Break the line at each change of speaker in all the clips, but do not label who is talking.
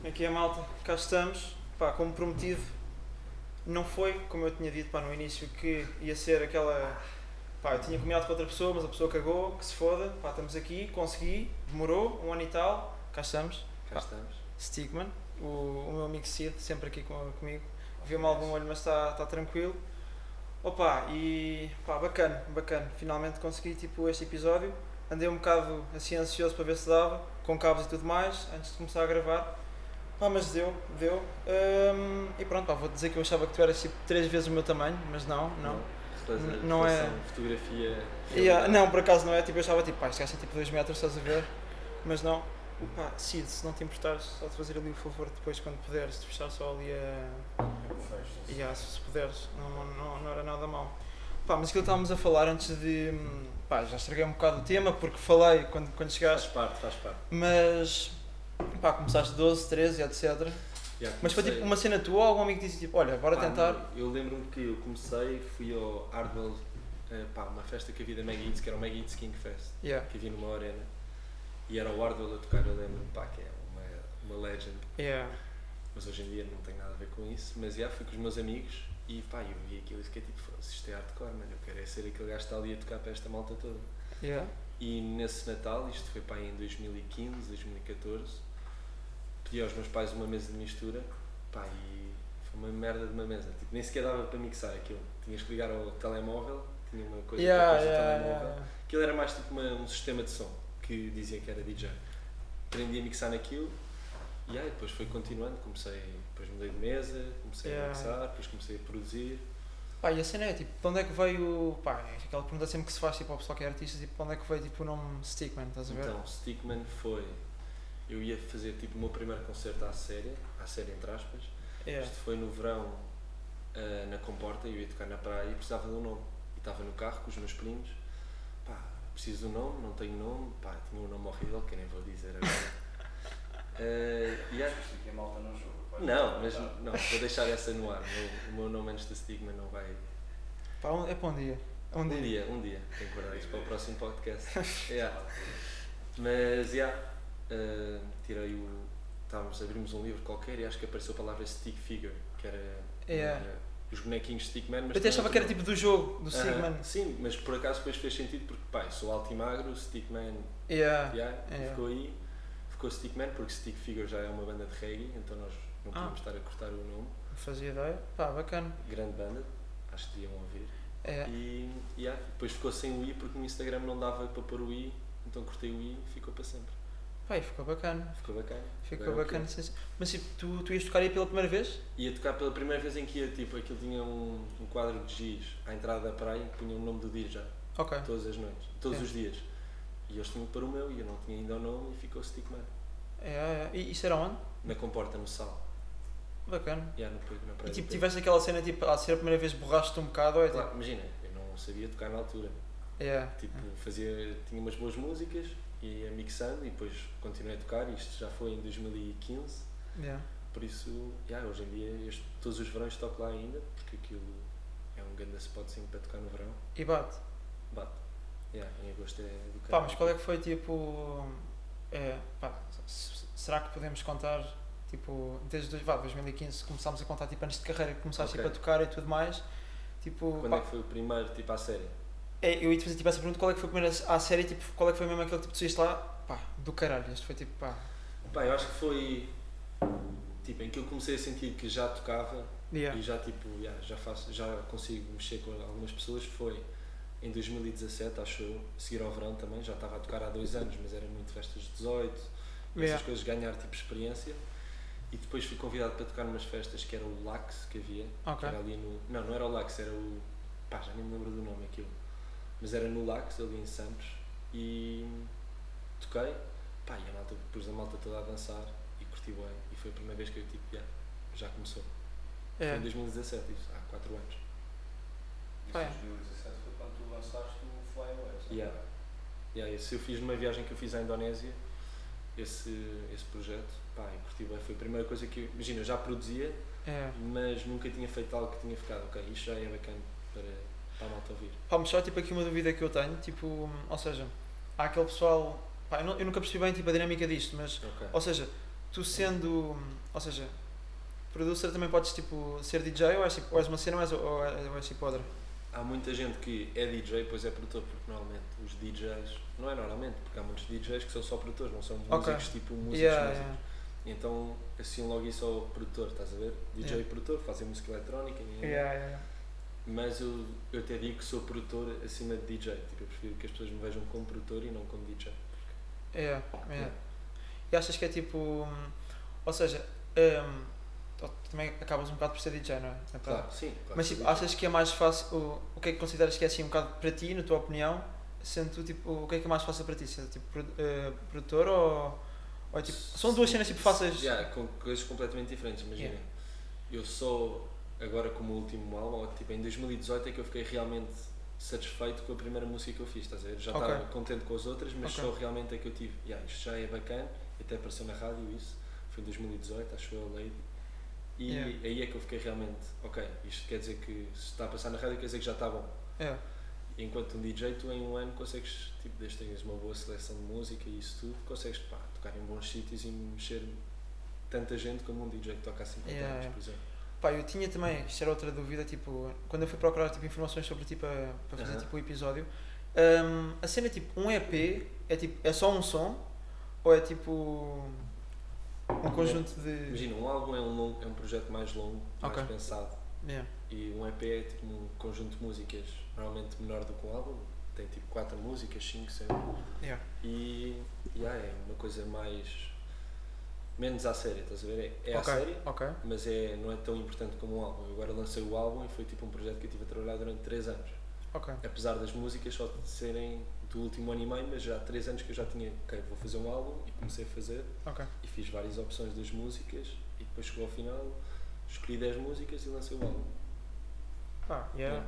Como é que é, malta? Cá estamos. Pá, como prometido, não foi, como eu tinha dito pá, no início, que ia ser aquela. Pá, eu tinha combinado com outra pessoa, mas a pessoa cagou, que se foda. Pá, estamos aqui, consegui, demorou um ano e tal. Cá estamos.
Cá estamos.
Stigman, o, o meu amigo Cid, sempre aqui com, comigo. Viu-me algum olho, mas está está tranquilo. Opa, e pá, bacana, bacana. Finalmente consegui tipo, este episódio. Andei um bocado assim ansioso para ver se dava, com cabos e tudo mais, antes de começar a gravar. Pá, mas deu, deu. Hum, e pronto, pá, vou dizer que eu achava que tu eras tipo três vezes o meu tamanho, mas não, não.
Estás a-
Não é-
relação Fotografia.
Yeah, não, por acaso não é, tipo, eu achava tipo, pá, este gajo é tipo 2 metros, estás a ver? Mas não. Pá, Cid, se não te importares, só te fazer ali o favor depois quando puderes, de fechar só ali a, E há, se puderes, não, não, não era nada mau. Pá, mas aquilo que estávamos a falar antes de. hum, Pá, já estraguei um bocado o tema porque falei quando, quando
Faz
chegaste,
parte, faz parte.
mas. Pá, começaste 12, 13, etc.
Yeah,
Mas foi
comecei-
tipo uma cena tua ou algum amigo que disse tipo, olha, bora
Pá,
tentar.
não, Eu lembro-me que eu comecei, fui ao Hardwell, eh, pá, uma festa que havia da Mega Eats, que era o Mega Eats King Fest,
Yeah,
que havia numa arena. E era o Hardwell a tocar, eu lembro-me, pá, que é uma, uma legend.
yeah.
Mas hoje em dia não tem nada a ver com isso. Mas já fui com os meus amigos e pá, eu vi aquilo e fiquei tipo, "Foda-se, isto é hardcore, mano, eu quero é ser aquele gajo que está ali a tocar para esta malta toda.
Yeah.
E nesse Natal, isto foi pá, em 2015, 2014, pedi aos meus pais uma mesa de mistura pá, e foi uma merda de uma mesa. Tipo, nem sequer dava para mixar aquilo. Tinhas que ligar ao telemóvel, tinha uma coisa
Yeah,
para depois do
yeah,
telemóvel.
yeah.
Aquilo era mais tipo uma- um sistema de som que dizia que era DJ. Aprendi a mixar naquilo e aí depois foi continuando. Comecei, depois mudei de mesa, comecei
Yeah.
a mixar, depois comecei a produzir.
Pá, e a cena é tipo, de onde é que veio. Pá, é aquela pergunta sempre que se faz tipo, ao pessoal que é artista, tipo, de onde é que veio tipo, o nome Stickman, estás a ver?
Então, Stickman foi. Eu ia fazer tipo o meu primeiro concerto à série, à série entre aspas.
yeah.
Isto foi no verão ah, na Comporta, eu ia tocar na praia e precisava de um nome. E estava no carro com os meus primos, pá, preciso de um nome, não tenho nome, pá, tinha um nome horrível que eu nem vou dizer agora. Ah, e acho-
Aqui a malta não julga. pode tá.
Não, mas
perguntar.
não, vou deixar essa no ar. O meu- O meu nome antes da Stigma não vai.
Pá, um- é para um dia. É
Um dia, um dia. Tenho que guardar isso para o próximo podcast. Yeah. Mas, já, tirei o. Estávamos, abrimos um livro qualquer e acho que apareceu a palavra stick figure, que era.
Yeah.
era os bonequinhos Stickman. Mas
Eu É. até
tinha
achava
outro
que era
nome.
tipo do jogo, do
é Aham,
Sigman.
Sim, mas por acaso depois fez sentido porque, pai, sou alto e magro, Stickman.
Yeah.
yeah, e
yeah.
Ficou aí, ficou Stickman, porque Stick Figure já é uma banda de reggae, então nós não
Ah.
podíamos estar a cortar o nome.
Não fazia ideia. Pá, bacana.
Grande banda, acho que deviam ouvir.
É.
E yeah, depois ficou sem o i porque no Instagram não dava para pôr o i, então cortei o i e ficou para sempre.
Pá, e ficou bacana.
Ficou bacana.
Ficou
Agora é o que é.
bacana. sim, sim. Mas tipo, tu, tu ias tocar aí pela primeira vez?
Ia tocar pela primeira vez em que ia, tipo, aquilo tinha um, um quadro de giz à entrada da praia que punha o nome do dia já,
Ok.
todas as noites, todos
Sim.
os dias. E eles tinham para o meu e eu não tinha ainda o nome e ficou Stickman.
É, é. E isso era onde?
Na comporta, no sal.
Bacana.
Yeah, no, Pico, na praia
E
do
tipo,
Pico.
tiveste aquela cena tipo, a ser a primeira vez borraste um bocado ou é tipo.
é. Claro, imagina, eu não sabia tocar na altura.
É.
Tipo, fazia, tinha umas boas músicas, ia mixando e depois continuei a tocar. Isto já foi em 2015,
É.
por isso, yeah, hoje em dia, este- todos os verões toco lá ainda, porque aquilo é um grande spotzinho para tocar no verão.
E bate.
Bate. Yeah, em agosto é do
Pá,
caralho.
mas qual é que foi tipo. É, pá, s- será que podemos contar, tipo, desde dois- vá, 2015 começámos a contar tipo anos de carreira que começaste
Ok.
tipo, a tocar e tudo mais? Tipo,
Quando
pá,
é que foi o primeiro, tipo, à série?
É, eu ia te fazer tipo, essa pergunta, qual é que foi a primeira à série, tipo, qual é que foi mesmo aquele tipo de suíço lá, pá, do caralho, este foi tipo, pá,
Pá, eu acho que foi, tipo, em que eu comecei a sentir que já tocava
yeah.
e já tipo já, já faço já consigo mexer com algumas pessoas foi em 2017 acho eu a seguir ao verão também já estava a tocar há dois anos mas era muito festas de 18 essas
Yeah.
coisas ganhar tipo experiência e depois fui convidado para tocar numas festas que era o Lax que havia que
ok,
era ali no não não era o Lax era o pá já nem me lembro do nome aquilo mas era no Lax ali em Santos e toquei pá e a malta depois a malta toda a dançar e curti bem e foi a primeira vez que eu tipo já, já começou foi
é,
em 2017, isso, há 4 anos.
Isso
Pá, é.
em 2017 foi quando tu lançaste o Fly Away. sabe?
Yeah. Yeah, esse eu fiz numa viagem que eu fiz à Indonésia, esse, esse projeto, pá, eu curti bem, foi a primeira coisa que, eu- imagina, eu já produzia,
é.
mas nunca tinha feito algo que tinha ficado, ok, isto já é bacana para, para a malta ouvir.
Pá, mas só tipo aqui uma dúvida que eu tenho, tipo, ou seja, há aquele pessoal, pá, eu, nu- eu nunca percebi bem tipo a dinâmica disto, mas,
Ok.
ou seja, tu sendo, ou seja, producer também podes tipo ser DJ ou és, tipo, ou és uma cena ou és, ou és, ou és tipo outra?
Há muita gente que é DJ, pois é produtor, porque normalmente os DJs, não é normalmente, porque há muitos DJs que são só produtores, não são músicos
Ok.
tipo músicos.
Yeah,
músicos.
yeah.
Então, assim logo isso ao produtor, estás a ver? DJ
Yeah.
produtor, fazem música eletrónica, né?
Yeah, yeah, yeah.
mas eu, eu até digo que sou produtor acima de DJ. Tipo, eu prefiro que as pessoas me vejam como produtor e não como DJ.
Yeah, yeah. E achas que é tipo, hum, ou seja, hum, tu também acabas um bocado por ser DJ, não é? É pá.
Claro, sim. Claro,
Mas
sou
tipo,
DJ.
achas que é mais fácil, o, o que é que consideras que é assim um bocado para ti, na tua opinião, sendo tu tipo, o que é que é mais fácil para ti, ser tipo produ- eh, produtor ou, ou é, tipo, são duas cenas tipo fáceis,
Yeah, com coisas completamente diferentes, imagina.
Yeah.
Eu só, agora como o último álbum, tipo, em 2018 é que eu fiquei realmente satisfeito com a primeira música que eu fiz, estás a ver? Já
Ok.
estava contente com as outras, mas
Ok.
só realmente é que eu tive, yeah, isto já é bacana, até apareceu na rádio isso, foi em 2018, acho eu, a Lady. E
Yeah.
aí é que eu fiquei realmente, ok, isto quer dizer que se está a passar na rádio quer dizer que já está bom.
é,
Enquanto um DJ, tu em um ano consegues, tipo, desde que tenhas uma boa seleção de música e isso tudo, consegues pá, tocar em bons sítios e mexer tanta gente como um DJ que toca há 50
Yeah,
anos,
yeah.
por exemplo.
pá, eu tinha também, isto era outra dúvida, tipo, quando eu fui procurar tipo, informações sobre ti para, para fazer
Aham.
tipo o episódio, hum, a cena é tipo, um EP é tipo, é só um som ou é tipo um conjunto de...
Imagina, um álbum é um, longo- é um projeto mais longo,
Ok.
mais pensado,
Yeah.
e um EP é tipo um conjunto de músicas, normalmente menor do que um álbum, tem tipo 4 músicas, 5 sempre.
Yeah.
E yeah, é uma coisa mais. menos à séria, estás a ver? É, é à
Ok,
séria,
ok,
mas é, não é tão importante como um álbum. Eu agora lancei o álbum e foi tipo um projeto que eu tive a trabalhar durante 3 anos.
ok,
Apesar das músicas só serem do último ano e meio, mas já há 3 anos que eu já tinha, ok, vou fazer um álbum e comecei a fazer
ok,
e fiz várias opções das músicas e depois chegou ao final, escolhi 10 músicas e lancei o álbum.
pá, yeah.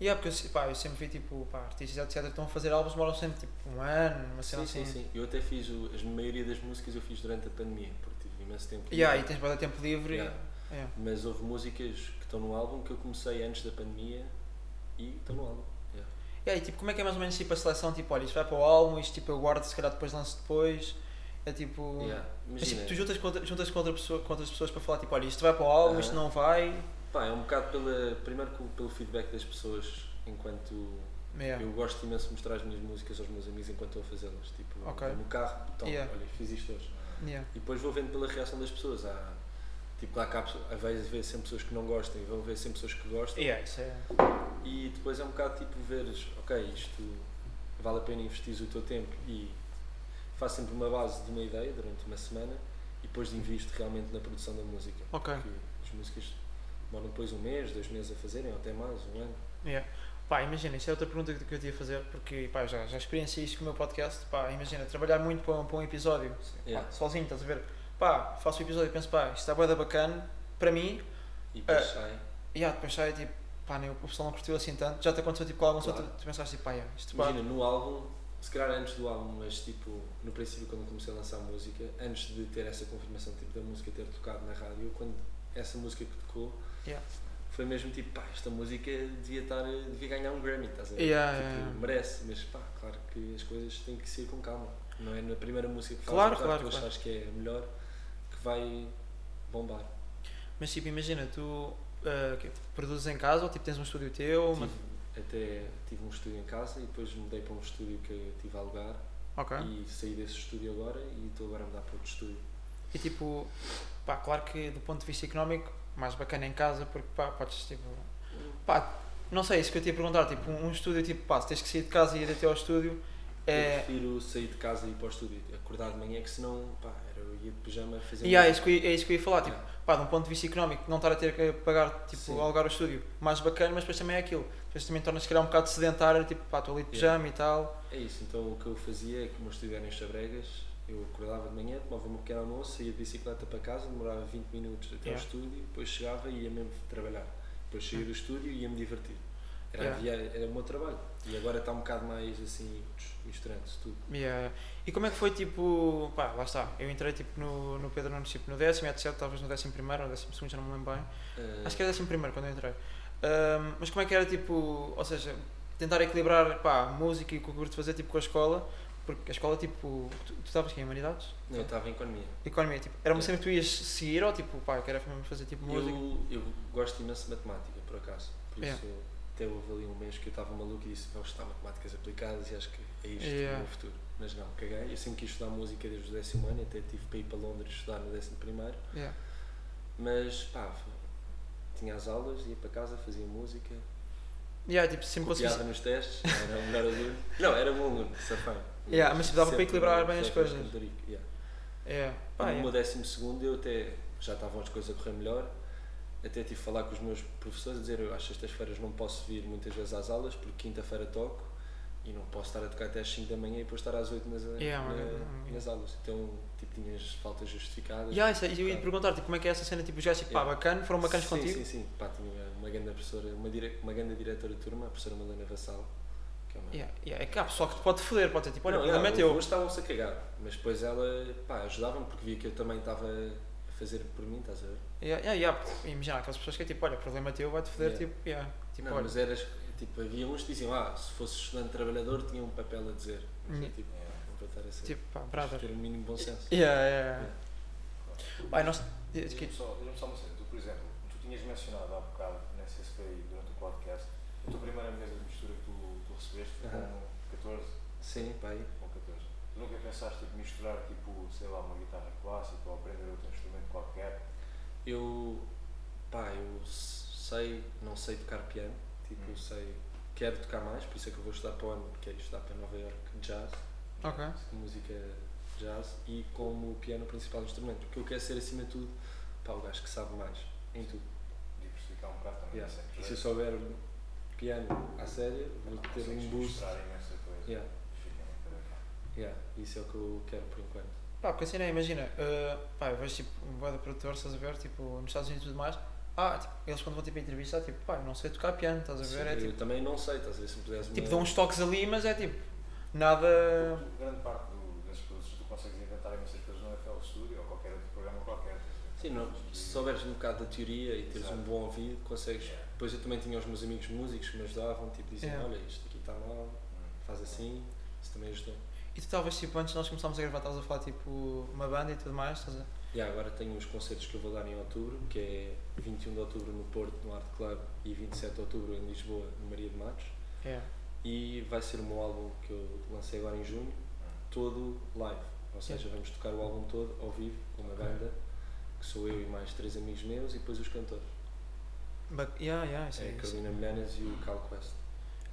E é porque eu, se- pá, eu sempre vi tipo, pá, artistas etc. estão a fazer álbuns demoram sempre tipo um ano, uma cena
Sim, sim,
assim.
sim. Eu até fiz, o, a maioria das músicas eu fiz durante a pandemia, porque tive imenso tempo.
E aí
livre.
tens para dar tempo livre.
Yeah.
E, yeah.
Mas houve músicas que estão no álbum que eu comecei antes da pandemia e estão no álbum. Yeah.
E aí, tipo, como é que é mais ou menos tipo a seleção? Tipo, olha, isto vai para o álbum, isto tipo eu guardo, se calhar depois lanço depois. É tipo.
Yeah.
Mas tipo,
Imagina,
tu juntas com, outra- juntas com, outra pessoa, com outras pessoas para falar, tipo, olha, isto vai para o álbum, isto
Aham.
não vai.
pá, é um bocado pela, primeiro que- pelo feedback das pessoas enquanto
Yeah.
Eu gosto imenso de mostrar as minhas músicas aos meus amigos enquanto estou a fazê-las. Tipo,
Ok.
no carro, então,
Yeah.
olha, fiz isto hoje.
Yeah.
E depois vou vendo pela reação das pessoas. Há, tipo, claro que há, pessoas- às vezes vê sempre pessoas que não gostam e vão ver sempre pessoas que gostam.
Yeah, isso é.
E depois é um bocado tipo veres, ok, isto vale a pena investir o teu tempo e faz sempre uma base de uma ideia durante uma semana e depois invisto realmente na produção da música.
Ok.
Porque as músicas demoram depois um mês, dois meses a fazerem, ou até mais, um ano.
Yeah. Pá, imagina, isto é outra pergunta que que eu te ia fazer, porque pá, já, já experienciei isto com o meu podcast. Pá, imagina, trabalhar muito para um, para um episódio, pá,
Yeah.
sozinho, estás a ver? Pá, faço o episódio e penso, pá, isto está boa bacana, para mim,
E depois
Ah.
sai.
e ah, depois sai tipo, pá, nem, o pessoal não curtiu assim tanto. Já te aconteceu tipo com algum só
Claro.
tu, tu pensaste tipo, pá, yeah, isto pá.
Imagina, no álbum, se calhar antes do álbum, mas tipo, no princípio quando comecei a lançar música, antes de ter essa confirmação tipo, da música ter tocado na rádio, quando essa música que tocou,
Yeah.
foi mesmo tipo, pá, esta música devia, estar, devia ganhar um Grammy, estás a ver?
Yeah,
tipo,
yeah, yeah.
merece, mas pá, claro que as coisas têm que ser com calma. Não é na primeira música que
Claro,
fazes, apesar
claro,
de tu
claro.
achares que é a melhor, que vai bombar.
Mas tipo, imagina, tu ah, que- produzes em casa ou tipo tens um estúdio teu? uma-
Tive, até tive um estúdio em casa e depois mudei para um estúdio que tive a alugar
Ok.
E saí desse estúdio agora e estou agora a mudar para outro estúdio.
E tipo, pá, claro que do ponto de vista económico, mais bacana em casa, porque pá, podes tipo. Pá, não sei, isso que eu te ia perguntar, tipo, um estúdio, tipo, pá, se tens que sair de casa e ir até ao estúdio,
Eu
é.
prefiro sair de casa e ir para o estúdio, acordar de manhã, que senão, pá, era eu ia de pijama fazer.
E é
música.
isso, que eu, ia- é isso que eu ia falar, tipo, pá, de um ponto de vista económico, não estar a ter que pagar, tipo,
Sim.
alugar o estúdio, mais bacana, mas depois também é aquilo, depois também tornas se calhar um bocado sedentário, tipo, pá, estou ali de
Yeah.
pijama e tal,
É isso, então o que eu fazia é que o meu estúdio era em Chabregas, eu acordava de manhã, tomava um pequeno almoço, saía de bicicleta para casa, demorava 20 minutos
Yeah.
até
Ah.
ao estúdio, depois chegava e ia mesmo trabalhar. Depois saía do estúdio e ia me divertir. Era,
Yeah.
a via- era o meu trabalho. E agora está um bocado mais assim, misturando-se tudo.
Yeah. e como é que foi, tipo, pá, lá está, eu entrei, tipo, no, no Pedro Nunes, tipo, no décimo, etc, talvez no décimo primeiro, ou décimo segundo, já não me lembro bem,
Ah,
Acho que era assim primeiro quando eu entrei. Ahm, mas como é que era tipo, ou seja, tentar equilibrar pá, música e o que eu curto fazer tipo com a escola, Porque a escola, tipo, tu, tu estavas aqui em Humanidades?
Eu estava em economia.
Economia, tipo, era uma
É.
cena que tu ias seguir ou tipo, pá, eu quero mesmo fazer tipo música?
Eu, eu gosto imenso de matemática, por acaso. Por
Yeah.
isso, até houve ali um mês que eu estava maluco e disse: vou estudar matemáticas aplicadas e acho que é isto
Yeah.
o meu futuro. Mas não, caguei. Eu sempre quis estudar música desde o décimo ano, até tive para ir para Londres estudar no décimo primeiro.
Yeah.
Mas pá, f- tinha as aulas, ia para casa, fazia música,
Yeah, tipo, sempre
copiava
conseguiste.
nos testes, era o melhor aluno. Não, era bom aluno, safado.
Yeah, mas dava para
sempre
equilibrar bem as
sempre
coisas.
cantorico, yeah.
É.
Ah,
Pá,
no meu
yeah.
décimo segundo eu até já estavam as coisas a correr melhor. Até tive de falar com os meus professores, dizer eu às sextas-feiras não posso vir muitas vezes às aulas porque quinta-feira toco e não posso estar a tocar até às 5 da manhã e depois estar às 8 nas,
Yeah,
na-
É, mano, não,
nas aulas. Então tipo, tinhas faltas justificadas.
Yeah, isso, e eu ia te perguntar, tipo, como é que é essa cena? Tipo, os gajos, tipo, pá,
Yeah.
bacana, foram bacanas
sim,
contigo?
Sim, sim, Pá, tinha uma grande professora, uma, dire... uma grande diretora de turma, a professora Madalena Vassal, que é uma
Yeah, yeah. É que há pessoal que te pode foder, pode ter tipo, olha,
Não,
o
não,
problema é
os
teu.
meus estavam-se a cagar, mas depois ela pá, ajudava-me porque via que eu também estava a fazer por mim, estás a ver?
Yeah, yeah, yeah. porque, Imagina, há aquelas pessoas que é tipo, olha, o problema é teu, vai-te foder,
Yeah.
tipo, yeah. Tipo,
não,
olha.
mas eras, tipo, havia uns que diziam, ah, se fosse estudante trabalhador tinha um papel a dizer. Mas é
Yeah.
tipo,
Yeah.
não para estar a ser.
Uhum. Tipo, pá,
tens de
brother.
ter o mínimo bom senso.
Yeah, yeah, yeah. Pai, nós. tipo,
Diz-me só, diz-me só uma coisa, tu, por exemplo, tu tinhas mencionado há bocado, nem sei se foi durante o podcast, a tua primeira mesa de mistura que tu, tu recebeste foi
Aham.
com 14
Sim, pai.
ou 14. Tu nunca pensaste em misturar, tipo, sei lá, uma guitarra clássica ou aprender outro instrumento qualquer?
Eu, pá, eu sei, não sei tocar piano, tipo,
Uhum.
Hum.
eu sei, quero tocar mais, por isso é que eu vou estudar para o ano, quero estudar para Nova York jazz,
Ok.
música jazz e como piano principal instrumento, porque eu quero ser acima de tudo, pá, o gajo que sabe mais, em tudo.
Diversificar um bocado também,
Yeah.
não sei.
E se eu souber piano à sério, vou ter
Consegues
um boost.
misturar imensa coisa.
Yeah.
Fica muito bem.
Yeah, isso é o que eu quero por enquanto.
Pá, porque assim, né, imagina, uh, pá, eu vejo tipo um boa de produtor, estás a ver, tipo, nos Estados Unidos e tudo mais. Ah, tipo, eles quando vão tipo a entrevistar, tipo, pá, eu não sei tocar piano, estás a ver? é
eu
tipo,
também não sei, estás a ver se me pudesse
tipo,
uma-
dão uns toques ali, mas é tipo, nada.
Tu- Grande parte do, das coisas tu consegues inventar imensas coisas no FL Studio ou qualquer outro programa qualquer.
Sim, não, se souberes um bocado da teoria e teres
Exato.
um bom ouvido, consegues.
Yeah.
Depois eu também tinha os meus amigos músicos que me ajudavam, tipo, diziam,
Yeah.
olha, isto aqui está mal,
Hum.
faz assim, isso também ajudou.
E tu estavas tipo, antes de nós começámos a gravar, estavas a falar tipo, uma banda e tudo mais, estás a
E agora tenho os concertos que eu vou dar em outubro, que é 21 de outubro no Porto, no Art Club, e 27 de outubro em Lisboa, no Maria de Matos.
É.
E vai ser o meu álbum que eu lancei agora em junho, todo live. Ou seja, vamos tocar o álbum todo ao vivo, com uma
Ok.
banda, que sou eu e mais três amigos meus, e depois os cantores.
Bac- Yeah, yeah, isso é
É a
isso.
Carolina Milhanas e o Cal Quest.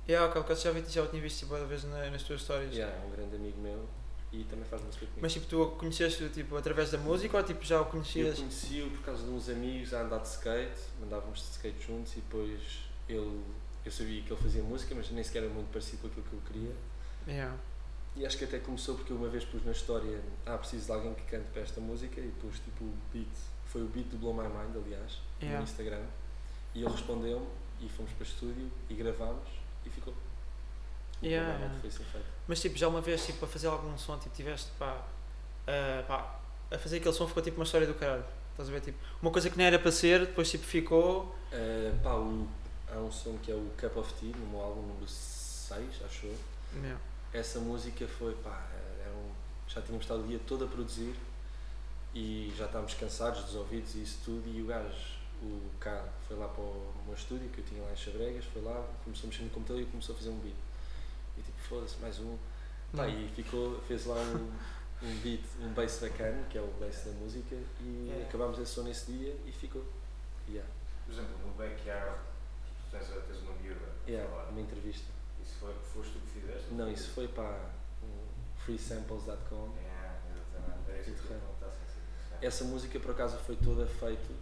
Yeah, ok, ok, já, vi, já o tinha visto boa vez na- nas tuas histórias.
Yeah, é um grande amigo meu e também faz música comigo.
Mas tipo, tu o conheceste tipo, através da música ou tipo, já o
eu
conhecias?
conheci-o por causa de uns amigos a andar de skate, andávamos de skate juntos e depois ele, eu sabia que ele fazia música, mas nem sequer era muito parecido com aquilo que eu queria.
Yeah.
E acho que até começou porque eu uma vez pus na história, ah, preciso de alguém que cante para esta música e pus tipo o beat, foi o beat do Blow My Mind, aliás,
Yeah.
no Instagram. E ele respondeu-me e fomos para o estúdio e gravámos e ficou. E
Yeah,
provavelmente
yeah.
foi assim feito.
Mas tipo, já uma vez tipo, a fazer algum som, tipo, tiveste pá, ah, pá, a fazer aquele som ficou tipo uma história do caralho. Estás a ver? Tipo, uma coisa que não era para ser, depois tipo ficou.
Uh, pá, o- há um som que é o Cup of Tea, no meu álbum número 6, acho eu.
Yeah.
Essa música foi, pá, era um- já tínhamos estado o dia todo a produzir e já estávamos cansados dos ouvidos e isso tudo. E o gajo, o K, foi lá para o meu estúdio que eu tinha lá em Chabregas, foi lá, começou a mexer no computador e começou a fazer um beat. E tipo, foda-se, mais um. Pá,
Não.
e ficou, fez lá um, um beat, um bass bacana, que é o bass da música, e
Yeah.
acabámos esse som nesse dia e ficou. Yeah,
Por exemplo, no backyard, tu tens, a- tens uma miúda a
yeah,
falar.
uma entrevista.
Isso foi, foste tu que fizeste?
Não, isso foi um para freesamples.com.
É, exatamente. Era isso que eu ia perguntar, sim, sim, sim.
Essa música por acaso foi toda feita,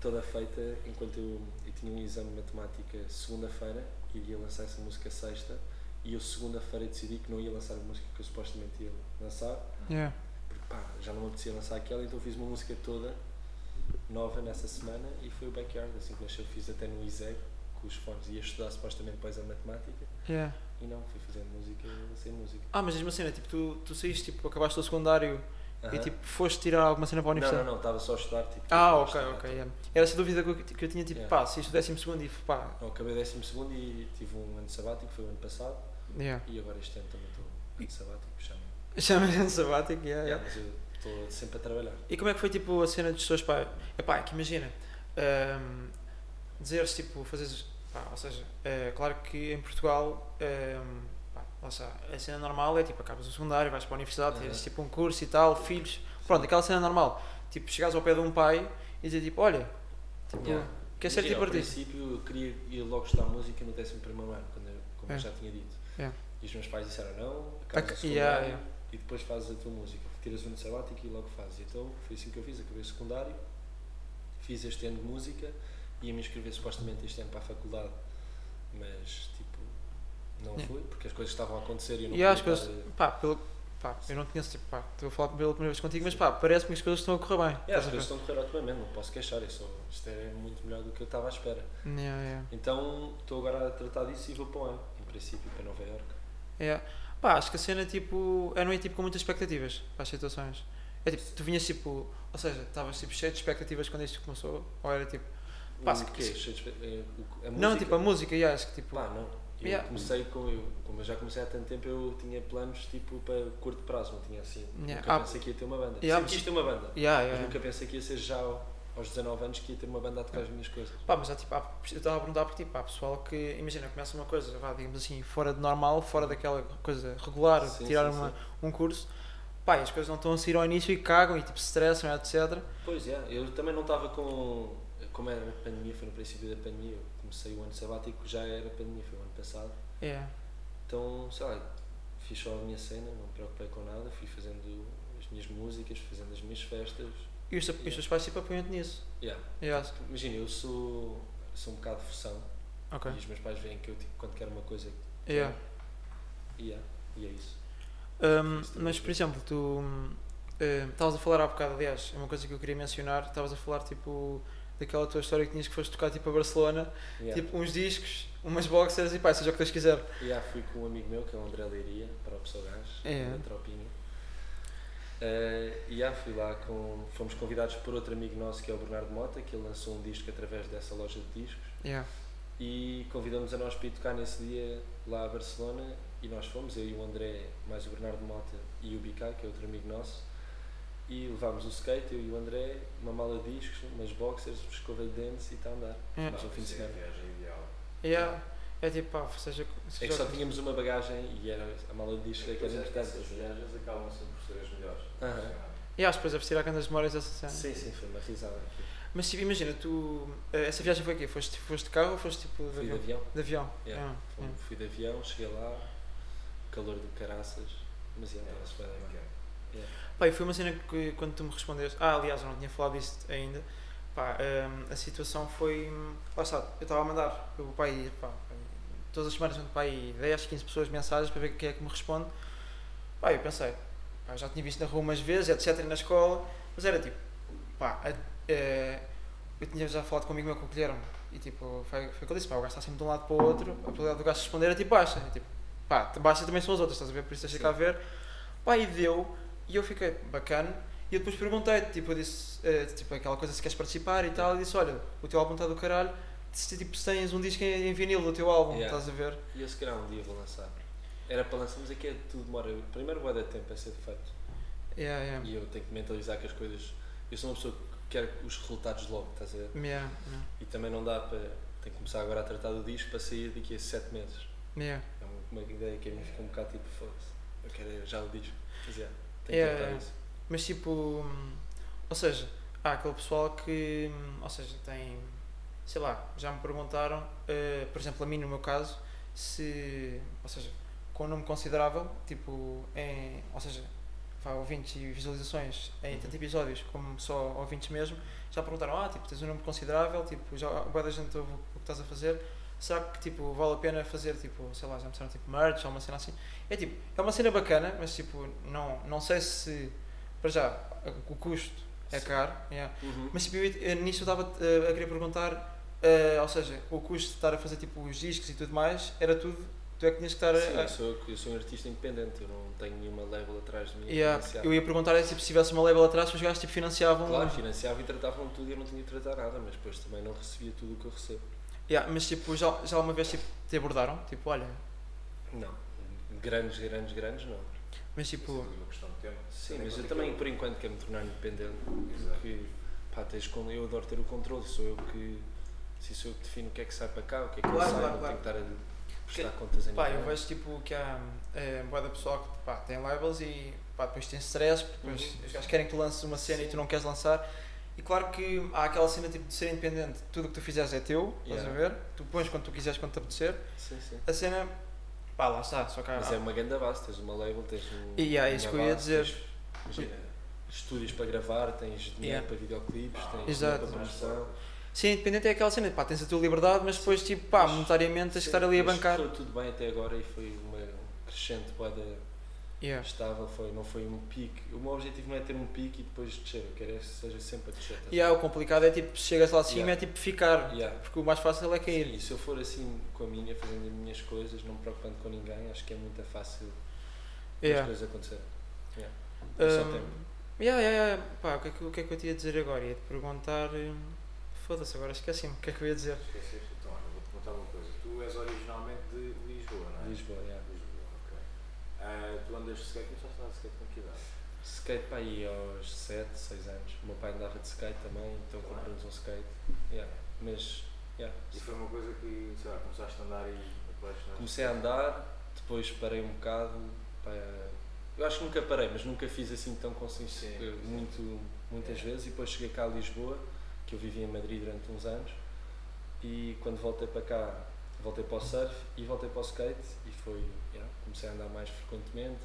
toda feita enquanto eu, eu tinha um exame de matemática segunda-feira, iria lançar essa música sexta, e eu segunda-feira decidi que não ia lançar a música que eu supostamente ia lançar,
Yeah.
porque pá, já não me apetecia lançar aquela, então fiz uma música toda nova nessa semana e foi o Backyard, assim que nasceu, fiz até no ISEG, com os fones, ia estudar supostamente para o exame de matemática,
Yeah.
e não, fui fazer música sem música.
Ah, mas mesmo assim, né? tipo, tu, tu saíste, tipo, acabaste o secundário e
Aham.
tipo, foste tirar alguma cena para a
Não,
universidade.
não, não, estava só a estudar. Tipo,
Ah,
eu
ok,
estava,
ok.
tipo,
yeah. Era essa dúvida que eu, que eu tinha, tipo,
Yeah.
pá, se isto décimo segundo e pá.
Não, acabei o 12 e tive um ano sabático, foi o ano passado,
Yeah.
e agora este ano também estou ano um sabático, já não-
Chama-se ano sabático, yeah, yeah.
Yeah, mas eu estou sempre a trabalhar.
E como é que foi tipo a cena dos teus pais? Epá, é que imagina, hum, dizeres tipo, fazeres. Pá, ou seja, é claro que em Portugal, hum, pá, lá está, a cena normal é tipo, acabas o secundário, vais para a universidade,
Aham.
tens tipo um curso e tal, filhos, pronto, aquela cena normal. Tipo, chegares ao pé de um pai e dizer tipo, olha, tipo,
Yeah.
quer ser
Imagina,
tipo
ao
artista?
princípio eu queria ir logo estudar música no 11 primeiro ano, quando eu- como
É.
eu já tinha dito.
É.
E os meus pais disseram não, acabas o
Ac-
secundário
yeah,
e depois fazes a tua música. Tiras um ano sabático e logo fazes. Então foi assim que eu fiz, acabei o secundário, fiz este ano de música, ia me inscrever supostamente este ano para a faculdade, mas tipo, não
Yeah.
fui, porque as coisas estavam a acontecer e eu não
E as
podia
coisas,
estar a-
pá, pelo, pá, eu não conheço, tipo, pá, estou a falar pela primeira vez contigo, mas pá, parece-me que as coisas estão a correr bem.
Yeah,
Estás
as
a ver?
coisas estão a correr otimamente, não posso queixar, é só, isto é muito melhor do que eu estava à espera.
Yeah, yeah.
Então estou agora a tratar disso e vou para o ano, em princípio, para Nova Iorque.
É. Pá, acho que a cena tipo. Eu não ia tipo com muitas expectativas para as situações. É tipo, tu vinhas tipo. Ou seja, estavas tipo cheio de expectativas quando isto começou? Ou era tipo. Pá, se-
o quê? Cheio de espe- eh, o- a
Não,
música?
tipo a música, e acho que tipo.
Pá, não. Eu
Yeah.
comecei com. Eu, como eu já comecei há tanto tempo, eu tinha planos tipo para curto prazo, não tinha assim.
Yeah.
Nunca
Ah,
pensei que ia ter uma banda.
yeah, mas-
Sempre quis ter uma banda.
yeah,
Mas
yeah.
nunca pensei que ia ser já ao- aos 19 anos que ia ter uma banda a tocar as minhas coisas.
Pá, mas há, tipo, há- eu estava a perguntar porque tipo, há pessoal que, imagina, começa uma coisa, vá, digamos assim, fora de normal, fora daquela coisa regular, de
Sim,
tirar
sim,
uma,
sim.
um curso, pá, e as coisas não estão a sair ao início e cagam e tipo se estressam, etc.
Pois é, eu também não estava com. Como era a pandemia, foi no princípio da pandemia. Eu comecei o ano sabático, já era pandemia, foi o ano passado.
É,
Então, sei lá, fiz só a minha cena, não me preocupei com nada, fui fazendo as minhas músicas, fazendo as minhas festas.
E os, te- e os teus pais tipo apoiam-te nisso.
Yeah.
Yeah.
Imagina, eu sou, sou um bocado fução
Ok.
e os meus pais veem que eu, tipo, quando quero uma coisa,
Yeah.
yeah, e é isso.
Um,
Isso também
mas,
é
por exemplo, tu hum, eh, estavas a falar há bocado, aliás, é uma coisa que eu queria mencionar, estavas a falar tipo daquela tua história que tinhas que foste tocar tipo a Barcelona,
Yeah.
tipo uns discos, umas boxers e pá, seja o que Deus quiser.
Yeah, fui com um amigo meu, que é o André Leiria, para o Pessoal Gás,
É.
da Tropinha. Eh, e yeah, fui lá com. Fomos convidados por outro amigo nosso, que é o Bernardo Mota, que ele lançou um disco através dessa loja de discos.
Yeah.
e convidamos a nós para ir tocar nesse dia lá a Barcelona e nós fomos, eu e o André, mais o Bernardo Mota e o Bicá, que é outro amigo nosso, e levámos o skate, eu e o André, uma mala de discos, umas boxers, uma escova de dentes e está a andar.
É.
Mas ao fim de
Isso é a
semana.
viagem ideal.
Yeah. É tipo, pá, seja, seja
É que só tínhamos uma bagagem e era a mala de discos é que
Pois
era
é,
importante.
essas viagens acabam sempre por ser as melhores.
Aham.
E acho depois a vestir a cantas memórias dessa cena.
Sim, sim, foi uma risada. aqui.
Mas tipo, imagina, tu. eh, Essa viagem foi aqui? Foste, foste de carro ou foste tipo de
Fui de
avião?
avião,
De avião.
Yeah.
Ah,
fui,
yeah.
fui de avião, cheguei lá, calor do caraças, mas ia,
É,
parece bem. bem.
Pá, e foi uma cena que quando tu me respondeste. Ah, aliás, eu não tinha falado disso ainda. Pá, hum, a situação foi. hum, Lá está, eu estava a mandar o pai, pá, todas as semanas mando para aí 10, 15 pessoas mensagens para ver quem é que me responde. Pá, eu pensei, pá, já tinha visto na rua umas vezes, etc, e na escola, mas era tipo, pá, a- eh, eu tinha já falado comigo meu com o Guilherme e tipo, foi, foi o que eu disse, pá, o gajo está sempre de um lado para o outro, a probabilidade do gajo responder é tipo baixa, e, tipo, pá, baixa também são as outras, estás a ver, por isso deixa
Sim.
cá ver. Pá, e deu, e eu fiquei bacana. E eu depois perguntei, tipo, eu disse, eh, tipo, aquela coisa se queres participar e tal, e disse, olha, o teu álbum está do caralho, se, tipo, se tens um disco em, em vinil do teu álbum,
Yeah.
estás a ver?
E eu se calhar um dia vou lançar. Era para lançar, mas aqui é tudo demora. Primeiro vai dar tempo a ser feito.
Yeah, yeah.
E eu tenho que mentalizar que as coisas. Eu sou uma pessoa que quer os resultados logo, estás a ver?
Yeah, yeah.
E também não dá para. Tenho que começar agora a tratar do disco para sair daqui a 7 meses.
Yeah.
É uma, uma ideia que a mim fica um bocado tipo, foda-se. Eu quero é já o disco. Mas yeah, tenho
Yeah,
que tratar
yeah.
isso.
Mas tipo, hum, ou seja, há aquele pessoal que, hum, ou seja, tem, sei lá, já me perguntaram, eh, por exemplo, a mim no meu caso, se, ou seja, com um nome considerável, tipo, em, ou seja, vá, ouvintes e visualizações em
Uhum.
tantos episódios como só ouvintes mesmo, já perguntaram, ah, tipo, tens um nome considerável, tipo, já boa da gente ouve o que estás a fazer, será que, tipo, vale a pena fazer, tipo, sei lá, já me disseram, tipo, merch ou uma cena assim? É tipo, é uma cena bacana, mas, tipo, não, não sei se, para já, o custo é
Sim.
caro, yeah.
Uhum.
mas, tipo, eu, eh, nisso eu estava eh, a querer perguntar, eh, ou seja, o custo de estar a fazer, tipo, os discos e tudo mais, era tudo, tu é que tinhas que estar
Sim,
a...
eu, sou, eu sou um artista independente, eu não tenho nenhuma level atrás de mim. a
Yeah,
financiar.
eu ia perguntar é, tipo, se tivesse uma label atrás, se os gajos tipo, financiavam
Claro, financiava e tratavam tudo e eu não tinha de tratar nada, mas depois também não recebia tudo o que eu recebo.
Yeah, mas tipo, já, já uma vez tipo, te abordaram? Tipo, olha.
Não, grandes, grandes, grandes não.
Mas
Isso é
tipo,
tudo uma questão de tempo.
Sim,
Tendo em
mas eu
conta
também
que
por enquanto quero me tornar independente.
Exato.
Porque pá, tens, con- eu adoro ter o controle, sou eu que. Se sou eu que defino o que é que sai para cá, o que é que não
Claro,
sai,
claro,
não
claro.
tenho que estar a prestar contas a
pá, eu
ninguém.
vejo tipo que há é, boa da pessoal que pá, tem labels e pá, depois tem stress, porque depois
Uhum.
os gajos querem que tu lances uma cena e
Sim.
tu não queres lançar. E claro que há aquela cena tipo de ser independente, tudo o que tu fizeres é teu, estás a
Yeah.
ver? Tu pões quando tu quiseres, quando te apetecer.
Sim, sim.
A cena, pá, lá está, só que há-
Mas é uma grande base, tens uma label, tens um.
E yeah, é isso
uma
que eu ia
base,
dizer.
tens- Imagina, estúdios para gravar, tens dinheiro
Yeah.
para videoclipes,
Ah,
tens
Exato.
dinheiro para promoção.
Ser independente é aquela cena, pá, tens a tua liberdade, mas depois, tipo, pá,
Mas-
monetariamente tens de estar ali a
Mas
bancar.
Correu tudo bem até agora e foi uma crescente boada
Yeah.
estável, foi, não foi um pique. O meu objetivo não é ter um pique e depois descer, eu quero é que seja sempre a descer. estás a
E ah, o complicado é tipo, se chegas lá acima
Yeah.
é tipo ficar,
Yeah.
porque o mais fácil é
Sim,
cair.
e se eu for assim com a minha, fazendo as minhas coisas, não me preocupando com ninguém, acho que é muito fácil as
Yeah.
coisas acontecerem. Yeah. É só tempo.
Um, yeah, yeah, yeah. Pá, o que, é que, o que é que eu te ia dizer agora? Ia te perguntar. hum, Foda-se, agora esqueci-me. O que é que eu ia dizer?
Esqueceste, então olha, vou-te perguntar uma coisa. Tu és originalmente de Lisboa, não é?
Lisboa, yeah.
Lisboa, ok. Ah, tu andas de skate, começaste a andar de skate com que idade?
Skate para aí aos 7, 6 anos. O meu pai andava de skate também, então
Também.
compramos um skate. Yeah. Mas yeah.
E foi uma coisa que, sei lá, começaste a andar e apaixonaste?
comecei a andar, depois parei um bocado. Para... Eu acho que nunca parei, mas nunca fiz assim tão consistente,
Sim, sim.
muito, muitas
É.
vezes. E depois cheguei cá a Lisboa, que eu vivi em Madrid durante uns anos. E quando voltei para cá, voltei para o surf e voltei para o skate. E foi, yeah, comecei a andar mais frequentemente,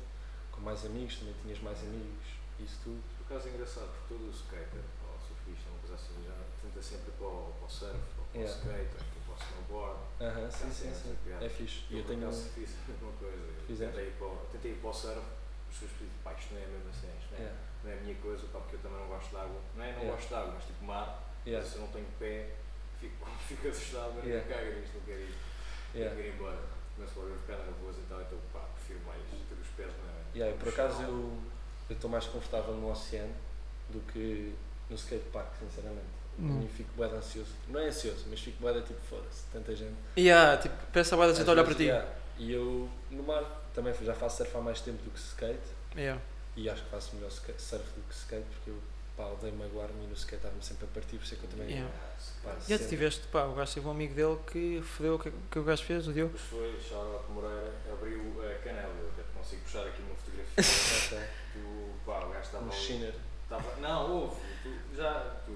com mais amigos, também tinhas mais amigos, isso tudo.
Por acaso é engraçado, porque todo o skater, ou surfista, uma coisa assim, já tenta sempre para o, para o surf, ou para
Yeah.
o skate, ou para o snowboard.
Aham,
Essa
sim, sim,
cena,
sim.
essa piada.
É fixe. E
Eu, um-
eu
por
tenho.
acaso fiz a mesma coisa. Eu
Fizeste?
Tentei ir para, o- tentei ir para o surf, os seus pedidos, pá, isto não é a mesma cena, isto não
um-
é,
Yeah,
não é a minha coisa, pá, porque eu também não gosto de água. Não é, não
Yeah.
gosto de água, mas tipo mar,
yeah,
se eu não tenho pé, fico, fico assustado, mas
Yeah.
não caga nisto, não quero ir,
yeah.
não quero ir embora. Começo logo a ficar nervoso e tal, então pá, prefiro mais ter os pés na.
Yeah, eu, por
no
acaso
chão.
eu eu estou mais confortável no oceano do que no skatepark, sinceramente.
Hum.
E fico bué de ansioso. Não é ansioso, mas fico bué de tipo, foda-se, tanta gente.
E ah, tipo, peça a boa da
Às
gente a olhar para
vezes,
ti.
yeah, E eu no mar também já faço surf há mais tempo do que skate
Yeah.
e acho que faço melhor ska- surf do que skate porque eu pá, odeio magoar-me e no skate estava-me sempre a partir, por isso é que eu também.
Yeah.
Ah, se
Pá,
calhar.
Já te
Sim.
tiveste, pá, o gajo teve um amigo dele que fodeu o que, que o gajo fez, o Diogo.
Depois foi, Charlotte Moreira, abriu a canela, eu até consigo puxar aqui uma fotografia
Ok.
do pá, o gajo estava
Um
ali.
Shiner.
Tava- não, houve. Tu já, tu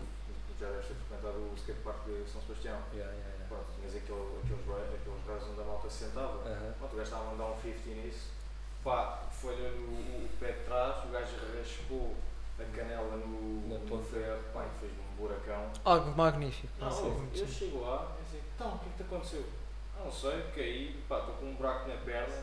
já deves ter frequentado o skatepark de São Sebastião.
Yeah, yeah, yeah.
Pronto, tinhas aquele, aqueles bares aqueles bares onde a malta se sentava.
Aham.
Pronto, o gajo estava a mandar um 50 nisso. Pá, foi-lhe o, o pé de trás, o gajo raspou a canela no,
Na
no
ponta.
ferro, pá, e fez-me um buracão.
Algo magnífico.
Não,
Isso é
houve.
muito
eu
sim.
chego lá e digo, então, o que é que te aconteceu? Ah, não sei, caí, pá, estou com um buraco na perna.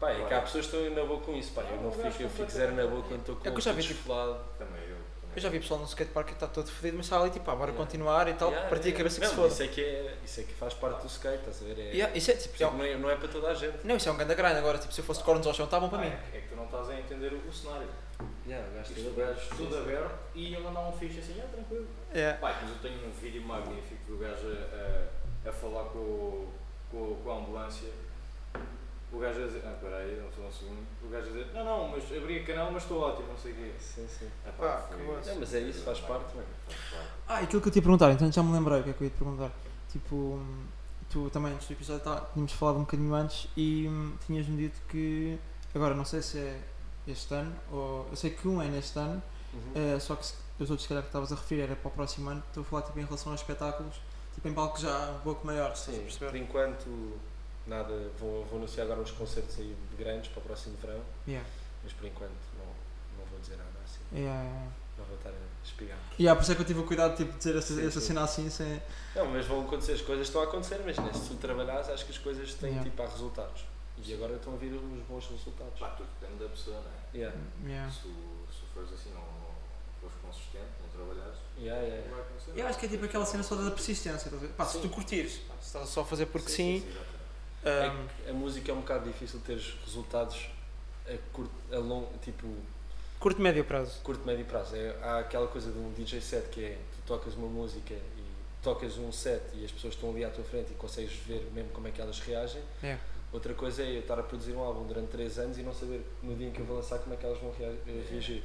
Pá, é que há
Olha.
pessoas que estão na boa com isso, pá. Eu
Não,
não
eu acho
fico, eu
que
fico
completamente-
zero na boa quando estou com
É que eu já
o
vi, tipo,
desfolado.
Também eu. Também
Eu já vi pessoal no skatepark que está todo fodido, mas está ali tipo, ah, bora
Yeah.
continuar e tal,
Yeah,
partia
yeah.
a cabeça que se
Não,
foda.
Isso é que, é, isso é que faz parte do skate, estás a ver? É,
Yeah, isso é, tipo,
por
é
exemplo,
um-
não, é, não é para toda a gente.
não, isso é um grande grind. Agora, tipo, se eu fosse de cornos ao chão, está bom para
Ah,
mim.
é, que- é que tu não estás a entender o, o cenário.
Yeah, o gajo
Isto o
tem-
gajo tudo aberto e ele andava um fixe assim, ah, tranquilo.
É.
Pai, mas eu tenho um vídeo magnífico do gajo a, a- a falar com, o- com, o- com a ambulância. O gajo a dizer, ah, peraí, não estou um segundo. O gajo a dizer, não, não, mas abri a canal, mas estou ótimo, não sei o quê.
Sim, sim.
Ah,
Ah,
foi-
que gosto.
Não, mas é isso, faz parte, mano.
Faz parte.
Ah, aquilo que eu te ia perguntar, então já me lembrei o que é que eu ia te perguntar. Tipo, hum, tu também antes do episódio tá, tínhamos falado um bocadinho antes e hum, tinhas-me dito que, agora não sei se é este ano, ou eu sei que um é neste ano,
Uhum.
eh, só que se- os outros se calhar que estavas a referir era para o próximo ano, estou a falar tipo em relação aos espetáculos, tipo em palcos já um pouco maiores, estás a
Sim, por
perceber?
enquanto, nada. Vou, vou anunciar agora uns concertos aí grandes para o próximo verão,
Yeah,
mas por enquanto não, não vou dizer nada assim.
yeah, yeah.
Não vou estar a espigar.
Yeah, por isso é que eu tive o cuidado tipo, de dizer essa,
Sim,
essa
sim.
cena assim sem.
Não, mas vão acontecer, as coisas estão a acontecer, mas né, se tu trabalhares, acho que as coisas têm
Yeah.
tipo a resultados. E agora estão a vir uns bons resultados.
Pá, tudo depende da pessoa, não é?
Yeah,
Yeah.
Se, tu- se fores assim, não, não fores consistente, não trabalhares,
yeah, yeah.
não vai acontecer.
Eu acho que é tipo aquela cena só da persistência, estás a ver? Pá, se
Sim.
tu curtires, pá, se estás só a fazer porque sim.
exatamente.
É
hum,
que a música é um bocado difícil teres resultados a curto, a longo, tipo,
Curto médio prazo.
curto, médio prazo. É, há aquela coisa de um DJ set que é tu tocas uma música e tocas um set e as pessoas estão ali à tua frente e consegues ver mesmo como é que elas reagem.
É.
Outra coisa é eu estar a produzir um álbum durante 3 anos e não saber no dia em que eu vou lançar como é que elas vão rea- eh, reagir.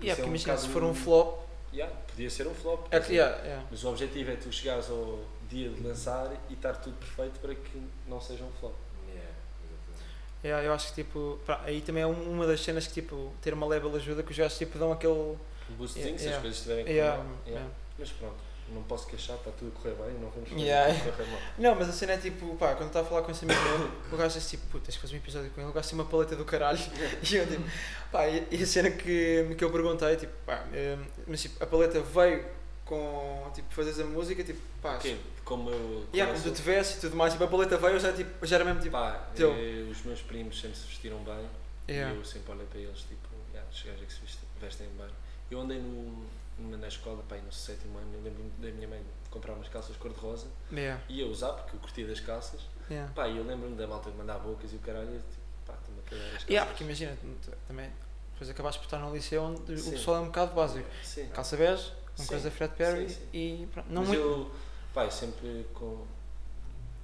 E é
Isso é
porque
um
imagina,
bocado
se for um
um-
flop,
Yeah, podia ser um flop.
é
quer
que,
dizer,
yeah, yeah.
Mas o objetivo é tu chegares ao dia de lançar e estar tudo perfeito para que não seja um flop.
Yeah, É, exatamente.
Yeah, eu acho que tipo, pá, aí também é um- uma das cenas que tipo, ter uma label ajuda, que os gajos tipo dão aquele.
Um boostzinho se
Yeah.
as coisas estiverem a correr
Yeah,
mal. Yeah.
yeah.
Mas pronto, não posso queixar, está tudo a correr bem, não vamos fazer
Yeah.
tudo a correr mal.
Não, mas a cena é tipo, pá, quando estava a falar com esse amigo meu, o gajo disse tipo, puta, tens que fazer um episódio com ele, o gajo tem uma paleta do caralho. E eu tipo, pá, e, e a cena que, que eu perguntei, tipo, pá, hum, mas tipo, a paleta veio com, tipo, fazes a música, tipo, pá,
Ok, como eu.
yeah, como
como eu
tu tivesse e tudo mais, tipo, a paleta veio, eu já, tipo, já era mesmo
sou-
tipo,
pá,
teu.
eh, os meus primos sempre se vestiram bem
yeah,
e eu sempre olhei para eles tipo, yeah, os gajos é que se vestem, vestem bem. Eu andei no, numa- na escola, pá, aí no sétimo ano, eu lembro-me da minha mãe de comprar umas calças cor-de-rosa
yeah,
e eu usar porque eu curtia das calças.
yeah.
Pá, e eu lembro-me da malta de mandar bocas e o caralho, eu, tipo, pá, estou-me a cagar as calças.
Yeah, porque imagina, tu- também, depois acabaste por estar num liceu onde o
Sim.
pessoal é um bocado básico.
Sim.
Calça bege, uma
Sim.
coisa é Fred Perry
Sim, sim.
e pronto. Não
Mas
muito.
eu, pá, eu sempre com-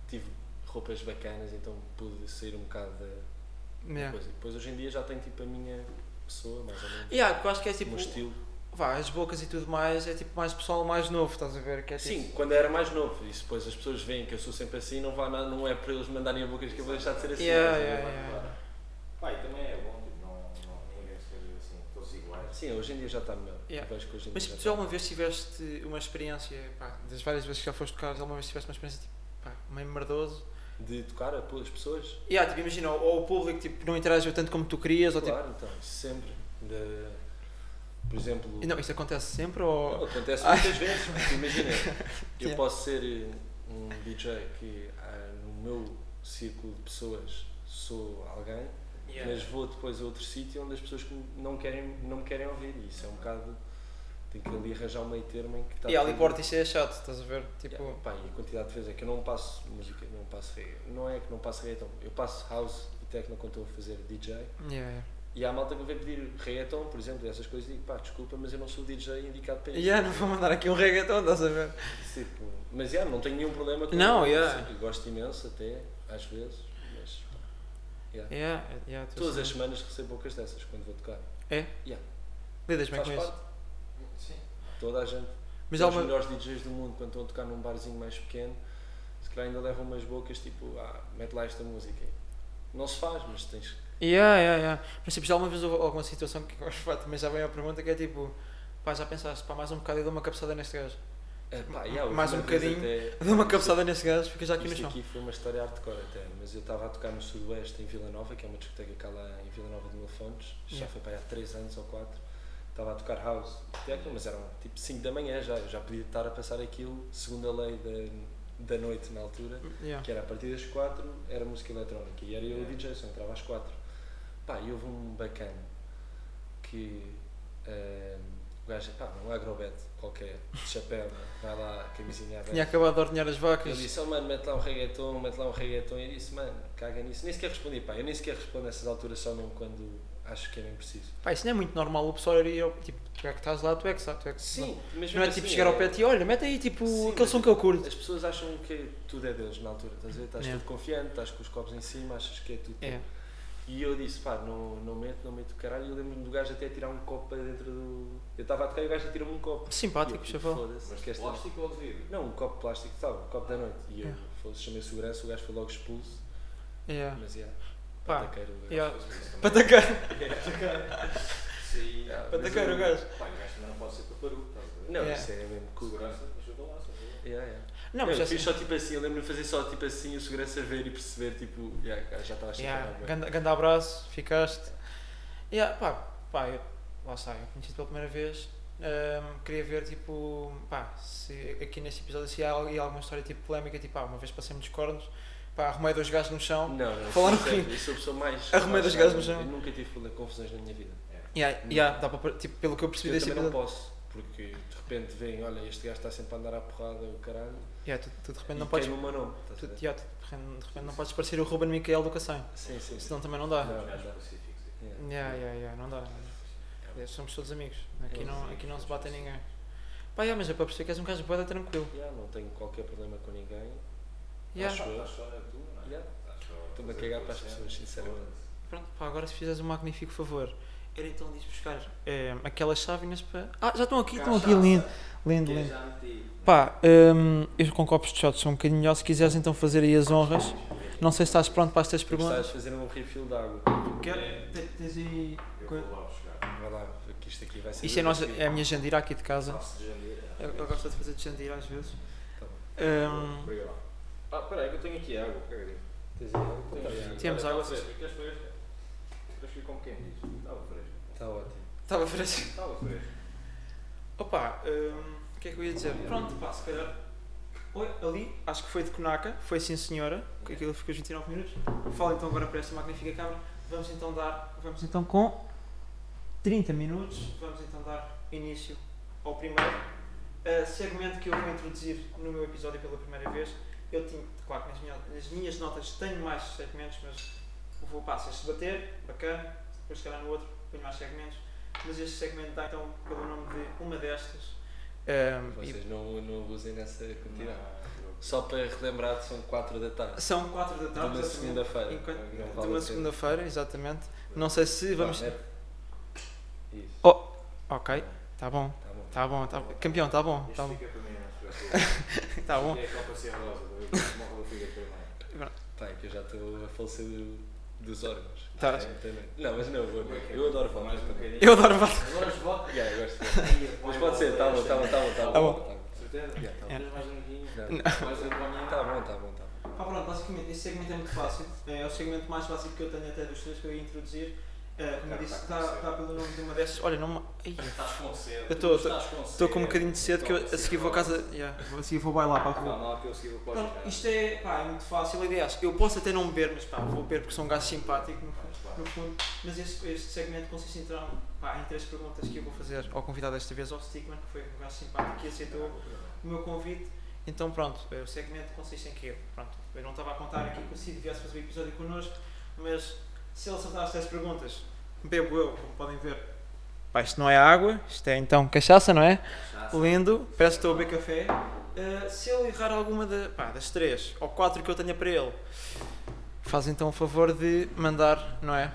tive roupas bacanas, então pude sair um bocado da da
Yeah.
coisa. Depois hoje em dia já tenho tipo a minha pessoa, mais ou menos,
Yeah, porque eu acho que é
o
tipo.
meu estilo.
Vá, as bocas e tudo mais é tipo mais pessoal mais novo, estás a ver? Que é, tipo-
Sim, quando era mais novo, e depois as pessoas veem que eu sou sempre assim, não, vai, na- não é para eles mandarem a boca que eu vou deixar de ser assim.
Yeah,
mas eu-
yeah,
vai
yeah.
mudar. Pá, e também é bom, tipo, não, não, ninguém ser assim, todos iguais.
Sim, hoje em dia já está melhor.
Yeah.
Eu vejo que hoje em
Mas
dia
tipo,
já
tu
está
alguma
melhor.
vez tiveste uma experiência, pá, das várias vezes que já foste tocar, alguma vez tiveste uma experiência tipo, pá, meio merdoso?
De tocar a- as pessoas?
Yeah, tipo, imagina, ou, ou o público tipo, não interagiu tanto como tu querias, ou tipo.
Claro, então, sempre. De, por exemplo,
E Não, isso acontece sempre ou.
Não, acontece
Ah.
muitas vezes, porque imagina,
Yeah.
eu posso ser eh, um DJ que ah, no meu círculo de pessoas sou alguém, mas vou depois a outro sítio onde as pessoas que não, querem, não me querem ouvir. E isso é um bocado. Tem que ali arranjar um meio termo em que está.
E ali
tudo-
porta isso é chato, estás a ver? Tipo.
Yeah, pá, e a quantidade de vezes é que eu não passo música, não passo reggae. Não é que não passo reggaeton, eu passo house e techno quando estou a fazer DJ.
Yeah,
E há malta que me vem pedir reggaeton, por exemplo, e essas coisas, e digo, pá, desculpa, mas eu não sou o DJ indicado para
yeah.
isso.
yeah, não vou mandar aqui um reggaeton, estás a ver?
Tipo, mas yeah, não tenho nenhum problema com
Não,
eu
yeah.
Gosto imenso até, às vezes, mas pá, yeah.
Yeah, yeah, tu
todas as
assim-
semanas recebo bocas dessas quando vou tocar.
É? Lidas bem
Faz
com
parte,
isso.
Sim.
toda a gente.
Mas
Os
alguma.
melhores DJs do mundo quando estão a tocar num barzinho mais pequeno, se calhar ainda levam umas bocas tipo, ah, mete lá esta música. Não se faz, mas tens.
Yeah, yeah, yeah. Mas tipo, já alguma vez houve alguma situação que pá, também já vem a pergunta que é tipo, pá, já pensaste, pá, mais um bocado e dou uma cabeçada neste gajo.
Ah, pá, yeah,
Mais um
uma vez
bocadinho.
até-
Dou uma cabeçada neste gajo, fica já aqui no
Isto
chão.
aqui foi uma história hardcore até, mas eu estava a tocar no Sudoeste em Vila Nova, que é uma discoteca que há lá em Vila Nova de Mil Fontes, já
Yeah.
foi para aí há 3 anos ou 4. Estava a tocar house e techno, mas eram tipo 5 da manhã já, eu já podia estar a passar aquilo, segundo a lei da, da noite na altura,
Yeah.
que era a partir das 4, era música eletrónica e era eu o
Yeah.
DJ, só entrava às 4. Pá, e houve um bacana que eh, o gajo, pá, um agrobet qualquer, de chapéu, né? vai lá, camisinha aberta.
Tinha acabado de ordenhar as
Eu
vacas.
disse, oh mano, mete lá um reggaeton, mete lá um reggaeton. E eu disse, mano, caga nisso. Nem sequer respondi, pá. Eu nem sequer respondo nessas alturas só mesmo quando acho que é bem preciso.
Pá, isso não é muito normal o pessoal ir ao- tipo, tu é que estás lá, tu é que sabes, tu é que
Sim, mas assim,
Não é tipo chegar ao pé de ti, olha, mete aí tipo
Sim,
aquele
mas-
som que eu curto.
As pessoas acham que tudo é deles na altura, estás a ver? Estás
Yeah.
tudo confiante, estás com os copos em cima, achas que é tudo. teu.
É.
E eu disse, pá, não, não meto, não meto o caralho. E eu lembro-me do gajo até tirar um copo para dentro do. Eu estava a tocar e o gajo atirou-me um copo. E
Simpático,
eu, tipo,
chaval.
Foda-se,
Mas
queres ter-
plástico ou de vidro?
Não, um copo de plástico, sabe? Um copo da noite. E eu
Yeah.
foda-se, chamei segurança, o gajo foi logo expulso.
Yeah.
Mas yeah,
Pá,
pataqueiro, o gajo.
Yeah.
Mas isso
Para
também-
tacar,
Isso aí-
Yeah,
para
mas
tacar
eu-
o gajo.
Pá, o gajo também não pode ser paparu, estás a ver?
Não,
Yeah.
isso é mesmo
Com
cool.
segurança, ajuda lá, se ajuda lá.
Yeah, yeah.
Não, mas
eu
já
fiz
sei.
só tipo assim, eu lembro-me de fazer só tipo assim, o segurança ver e perceber, tipo, yeah, cara, já estava a
Yeah,
chatear bem.
ganda, ganda abraço, ficaste. Yeah, pá, pá, eu, lá sai, eu conheci-te pela primeira vez. Ahm, queria ver, tipo, pá, se aqui neste episódio se há al- e alguma história tipo polémica, tipo, ah, uma vez passei-me dos cornos, pá, arrumei dois gajos no chão.
Não, não,
Falar no
sincero, eu sou é a pessoa mais.
Arrumei
mais
dos gajos no
chata.
chão.
Eu nunca tive problema- confusões na minha vida.
Yeah,
Não.
yeah, dá para, tipo, pelo que eu percebi
Eu
desse
também não
episódio.
posso, porque de repente vem, olha, este gajo está sempre a andar à porrada, o caralho.
Yeah, tu, tu de repente não
e
podes.
queima o meu nome. estás
Tu,
a ver?
yeah, tu de repente- de repente não podes parecer o Ruben Miquel do Cassem,
Sim, sim, sim.
senão também não dá.
Não.
Os gajos pacíficos.
Yeah.
Yeah, yeah, yeah, não dá. Yeah, somos todos amigos, aqui não, aqui não se bate ninguém. Pá, yeah, mas é para perceber que és um gajo boeda tranquilo.
Yeah, não tenho qualquer problema com ninguém.
Yeah.
Acho
Pá,
eu.
Estás só na tua, não é?
Yeah.
Estás só-
Estou-me a
fazer
cagar
com
para as
a cena,
pessoas, sinceramente.
foda-se.
Pronto, pá, agora se fizeres um magnífico favor, era então de ir buscar eh, aquelas chávenas para. Ah, já estão aqui, estão aqui,
Cachaça,
lindo, lindo,
que eu
lindo.
já meti.
Pá, hum, eu com copos de shot são um bocadinho melhor. Se quiseres então fazer aí as honras, não sei se estás pronto para estas perguntas.
Estás a fazer um refill de água.
Quer- te- tens aí-
Eu
Co-
vou lá buscar.
Vai lá, que isto aqui vai ser.
Isto é,
duro.
nossa, é a minha jandira aqui de casa.
Sabe-se de jandeira.
Eu, eu gosto de fazer de jandira às vezes.
Tá bom.
Hum,
Obrigado. Ah, peraí, que eu tenho aqui água. cagadinho.
Tens aí água? Tá aí água.
Temos
Olha,
água
tá fresca. Queres fresca? Fresca como quem diz. Estava fresca.
Está Tá ótimo.
Estava fresco.
Estava fresca.
Opa, hum, o que é que eu ia dizer? Pronto, pá, se calhar. Oi, ali, acho que foi de Conaca, foi sim senhora, que aquilo ficou 29 minutos. Fala então agora para esta magnífica câmara. Vamos então dar, vamos então com 30 minutos, vamos então dar início ao primeiro eh, segmento que eu vou introduzir no meu episódio pela primeira vez. Eu tinha, claro que nas minhas, nas minhas notas tenho mais segmentos, mas vou passar se bater, bacana, depois se calhar no outro ponho mais segmentos, mas este segmento dá então pelo nome de uma destas.
Ehm,
Ahm, e
Vocês não, não abusem nessa quantidade.
Não,
Só para relembrar, são 4 da tarde.
é. são 4 da
De
tarde,
uma
exatamente.
segunda-feira.
Enquanto-
Não
de
vale
uma
a pena.
segunda-feira, exatamente. Não sei se vamos.
assim. Vá, mete. é? Isso.
Oh, Ok, tá bom,
Tá bom.
tá bom, tá bom. Campeão, tá bom,
Este
tá bom,
fica para mim, não se preocupe.
tá bom.
É a Copa Serrosa, uma rola fica para mim.
Pai, Tá, é que eu já estou a falecer do- dos órgãos.
Tá.
Exatamente. Não, mas não, vou. Eu adoro falar.
mais um bocadinho. um
Eu adoro vodka.
Agora os votos.
Yeah, eu gosto. Mas pode ser, tá bom, tá bom, tá bom. Tá
Tá
bom,
bom.
tá bom.
Certeza?
Yeah,
É.
tá bom.
Queres mais um vinho?
Não.
Mais um boninho?
Tá bom, tá bom, tá bom.
Pá, Ah, pronto, basicamente, este segmento é muito fácil. É o segmento mais fácil que eu tenho até dos três que eu ia introduzir. Eh, como eu disse, está está pelo nome de uma destas. Olha, não. me- Ai,
Estás com sede.
Eu tô-
Estás com
Estou com um bocadinho de cedo que eu a seguir vou a casa. Yeah, vou- a seguir vou bailar para a rua.
Calma lá Tá que eu segui para o
Pronto, isto é, pá, é muito fácil. Aliás, eu posso até não beber, mas pá, vou beber porque sou um gajo simpático no, fu- no fundo. Mas este, este segmento consiste então, pá, em três perguntas que eu vou fazer ao convidado desta vez, ao Stigman, que foi um gajo simpático que aceitou o meu convite. Então pronto, eh, o segmento consiste em que eu, pronto, eu não estava a contar aqui que o Cid viesse fazer o episódio connosco, mas se ele acertar as 10 perguntas, bebo eu, como podem ver. Pá, isto não é água, isto é então cachaça, não é? Lindo, parece que estou a beber café. Eh, se ele errar alguma da- pá, das três ou quatro que eu tenha para ele, faz então o favor de mandar, não é?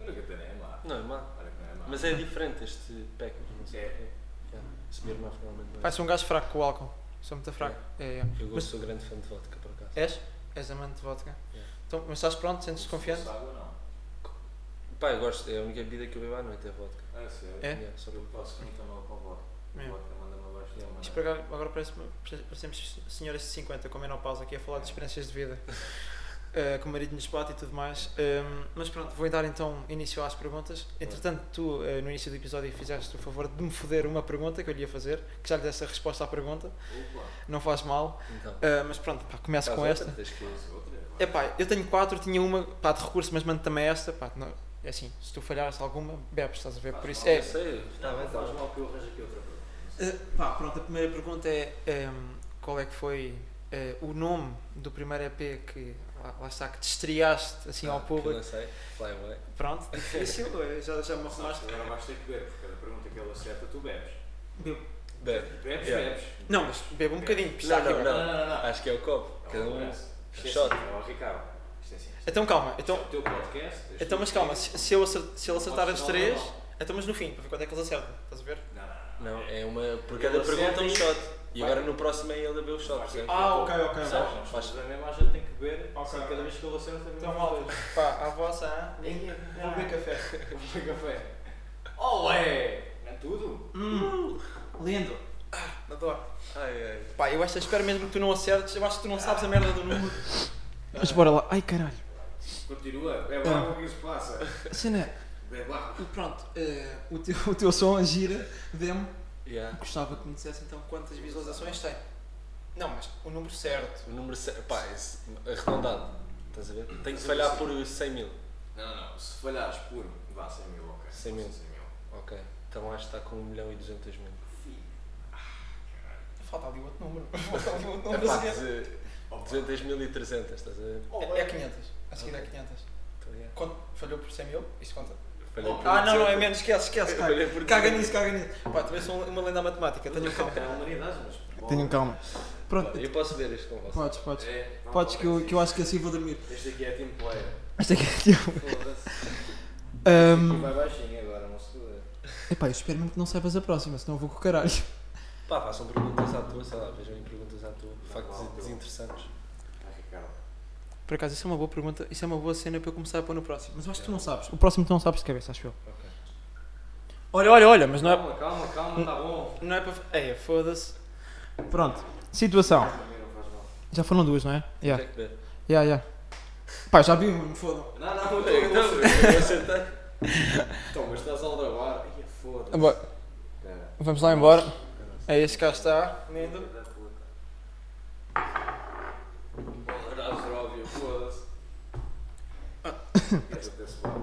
Olha que até nem é má.
Não é má.
Olha que não é má.
Mas é diferente este pack. Não sei.
É.
porquê. Yeah. Se mesmo há finalmente. não é.
Pá, sou um gajo fraco com o álcool, sou muito fraco. É, é.
Eu gosto,
Mas-
sou grande fã de vodka, por acaso.
És? És amante de vodka?
Yeah.
Então, mas estás pronto? Sentes-te
Se
confiante?
fosse água, não.
Pá, eu gosto. É a única bebida que eu bebo à noite, é vodka.
Ah, sério?
É?
Yeah, só
Eu
para-
posso muito mal com o vodka.
É.
O vodka manda-me abaixo de uma.
Isto para agora- agora parece, parecemos senhoras de 50 com menopausa aqui a falar de experiências de vida, eh, com o marido nos bate e tudo mais. Ehm, mas pronto, vou dar então início às perguntas. Entretanto, tu eh, no início do episódio fizeste o favor de me foder uma pergunta que eu lhe ia fazer, que já lhe desse a resposta à pergunta,
Opa,
não faz mal.
Então.
Eh, mas pronto, pá, começo
faz
com
outra,
esta.
tens que-
faz outra. Tá vai.
É pá, eu tenho quatro, tinha uma pá, de recurso, mas mando também esta. Pá, não- é assim, se tu falhares alguma, bebes, estás a ver? Por isso é.
Eu sei, está
Não,
bem, está
faz
bem.
mal que eu arranjo aqui outra pergunta.
Eh, pá, pronto, a primeira pergunta é ehm, qual é que foi eh, o nome do primeiro EP que lá, lá está, que te estreaste assim ao
Ah, que
público.
Não sei, fly away.
Pronto, difícil, eh, já, já me arrumaste.
Agora vais ter que beber, porque cada pergunta que ele acerta, tu bebes.
Bebo.
Bebe.
Bebes,
Yeah.
bebes.
Não, mas bebo um bocadinho, porque está
Não,
aqui,
não,
bro.
não, não, não.
Acho que é o copo.
É
Cada
um
um.
abraço. Isto é
Shot.
assim, ó, Ricardo. Isto é assim. isto é
Então calma, então,
o teu podcast. és
então
tu
mas
que
calma,
tens.
se, se eu acer- se ele
Podes
acertar as
não,
três,
não, não.
então mas no fim, para ver quando é que eles acertam, estás a ver?
Não, não,
Não, é uma. Por
Ele
cada pergunta
acerta
um
e-
shot. E
Vai.
agora no próximo é ele a beber o shot, percebes?
Ah, ok, ok,
Não,
Sabes?
não,
Faz-
mas a mesma gente tem que beber.
Ok,
assim,
ok.
Cada vez que eu acerto, também.
Então malta, pá, à vossa, hã? vou beber café.
Vou beber café. Olé! Não é tudo?
Hum, lindo. Ah, adoro.
Ai, ai.
Pá, eu acho que espero mesmo que tu não acertes, eu acho que tu não sabes a merda do número. Mas bora lá. Ai caralho.
Continua.
Ah.
É barro que isso passa.
Cena,
É barro.
e pronto, eh, o, teu, o teu som, a gira, demo.
Yeah.
Gostava que me dissesse então quantas visualizações tem. Não, mas o número certo.
O número. se- Pá, esse- arredondado. Estás a ver? Tenho que falhar por 100 mil.
Não, não. Se falhares por. Vá, 100 mil, ok.
100 mil.
100 mil.
Ok. Então acho que está com 1 milhão e 200 mil.
Filho.
Falta ali outro número. Falta ali outro
É
número.
pá,
a seguir.
de-
Opa.
200 mil e 300, estás a ver?
É, é 500. A seguir é 500.
Então, yeah.
Quanto, falhou por 100 mil? Isto conta.
Falhei por
Ah, não, não, é
200.
menos. Esquece, esquece.
Eu
Caga,
falhei por
Caga
200.
nisso, caga nisso. Pá, também sou uma lenda matemática. Tenham calma.
É humanidades, mas.
calma. Pronto,
Eu posso ver este com vocês.
podes, podes.
É, não,
Podes, que
não
eu, que eu acho que assim vou dormir.
existe. Este aqui é team player.
Isto aqui é tipo.
Foda-se. Este aqui
Ahm,
vai baixinho agora, não se puder.
epá, eu espero mesmo que não saibas a próxima, senão eu vou com o caralho.
Pá, façam perguntas à toa, sei lá, vejam em perguntas à toa. Factos
não, não.
desinteressantes.
Ah, Ricardo.
Por acaso, isso é uma boa pergunta, isso é uma boa cena para eu começar a pôr no próximo. Mas eu acho que tu não
É.
sabes. O próximo tu não sabes de cabeça, acho eu.
Ok.
Olha, olha, olha, mas não é.
Calma, calma, calma, tá bom.
Não é para. Eia, foda-se. Pronto, situação.
Também não faz mal.
Já foram duas, não é? Yeah,
Tem que ver.
yeah, yeah. Pá, já vi uma, me fodam.
Não, não,
Não,
eu tô- eu tô-
eu acertei.
Então, mas estás a aldrabar. Ai, é foda-se.
Bom,
Cara,
Vamos lá embora. É este cá está. Lindo.
filha da puta. Porra, dás óbvio, foda-se. Queres até suar?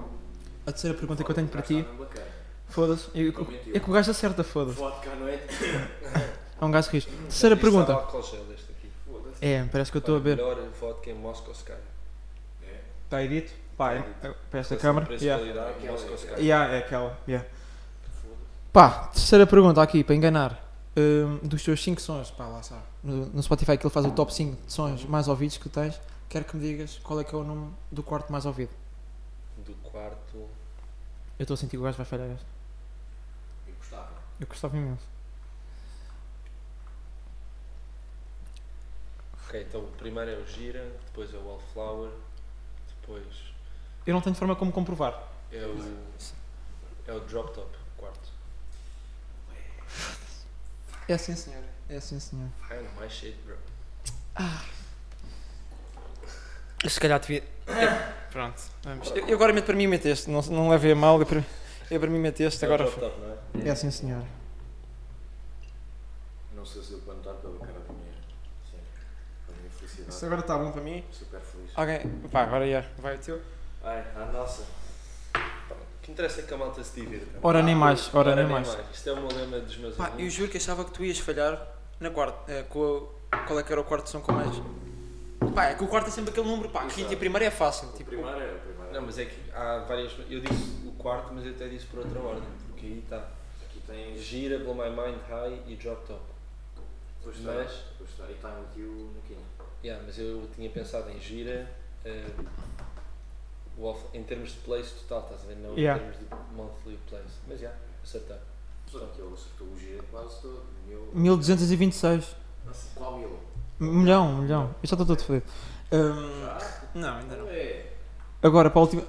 A terceira pergunta que eu tenho para
Cá está
ti.
mesmo bacana.
Foda-se. É
Não
que-
mentiu.
é que o gajo acerta, foda-se.
Vodka, não é?
É um gajo que risco. Terceira
Isto estava
pergunta.
álcool gel este aqui.
Foda-se.
É, parece que eu estou a ver.
Melhor vodka em Moscow Sky.
É.
Está aí dito? Pá, é- é- para esta
Relação
câmara.
preço,
Yeah.
qualidade, Moscow Sky.
Yeah, é aquela. Yeah.
Foda-se.
Pá, terceira pergunta aqui, para enganar. Hum, dos teus 5 sons, pá, lá sabe. No, no Spotify que ele faz o top 5 de sons mais ouvidos que tens. Quero que me digas qual é que é o nome do quarto mais ouvido.
Do quarto.
Eu estou a sentir que o gajo vai falhar esta.
Eu gostava.
Eu gostava imenso.
Ok, então o primeiro é o Gira, depois é o Wallflower, depois
Eu não tenho forma como comprovar.
é o. É o Drop Top, o quarto.
É sim, senhor. É sim, senhor.
Ah, não, mais shit, bro.
Se calhar devia. Pronto, vamos. Eu, eu agora meto para mim e meto este. Não, não levei a mal. Eu para, eu para mim meto este.
É o
Agora
Drop
foi.
Top, não é?
É sim, senhor.
Não sei se eu vou notar pela cara da minha. Sim. Pela minha felicidade. é
agora está bom para mim.
Super feliz.
Alguém. Pá, agora já. Vai o teu.
Ai, a nossa.
Pá, O que interessa é que a malta se divirta.
Ora nem mais, ora, nem, mais.
Isto é o meu lema dos meus
Pá, eu
amigos.
juro que achava que tu ias falhar na quarta. eh, com a- qual é que era o quarto som com mais. Pá, é que o quarto é sempre aquele número. Pá, quinto e
Exato.
primeiro é fácil.
O
Tipo,
primeiro era o primeiro.
Não, mas é que há várias. Eu disse o quarto, mas eu até disse por outra ordem, porque aí está.
Aqui tens.
Gira, Blow My Mind, High e Drop Top.
Pois está.
Mas-
Pois está. E está no tio no quinto.
Yeah, mas eu tinha pensado em gira eh, o off- em termos de plays total, estás a ver? Não
Yeah.
em termos de monthly plays. Mas já, acertei.
Só que ele acertou o giro quase todo. Mil.
1226.
Nossa, Qual mil?
Milhão, milhão. Eu já estou todo fodido.
Já?
Hum, não, ainda não.
É.
Agora, para a última.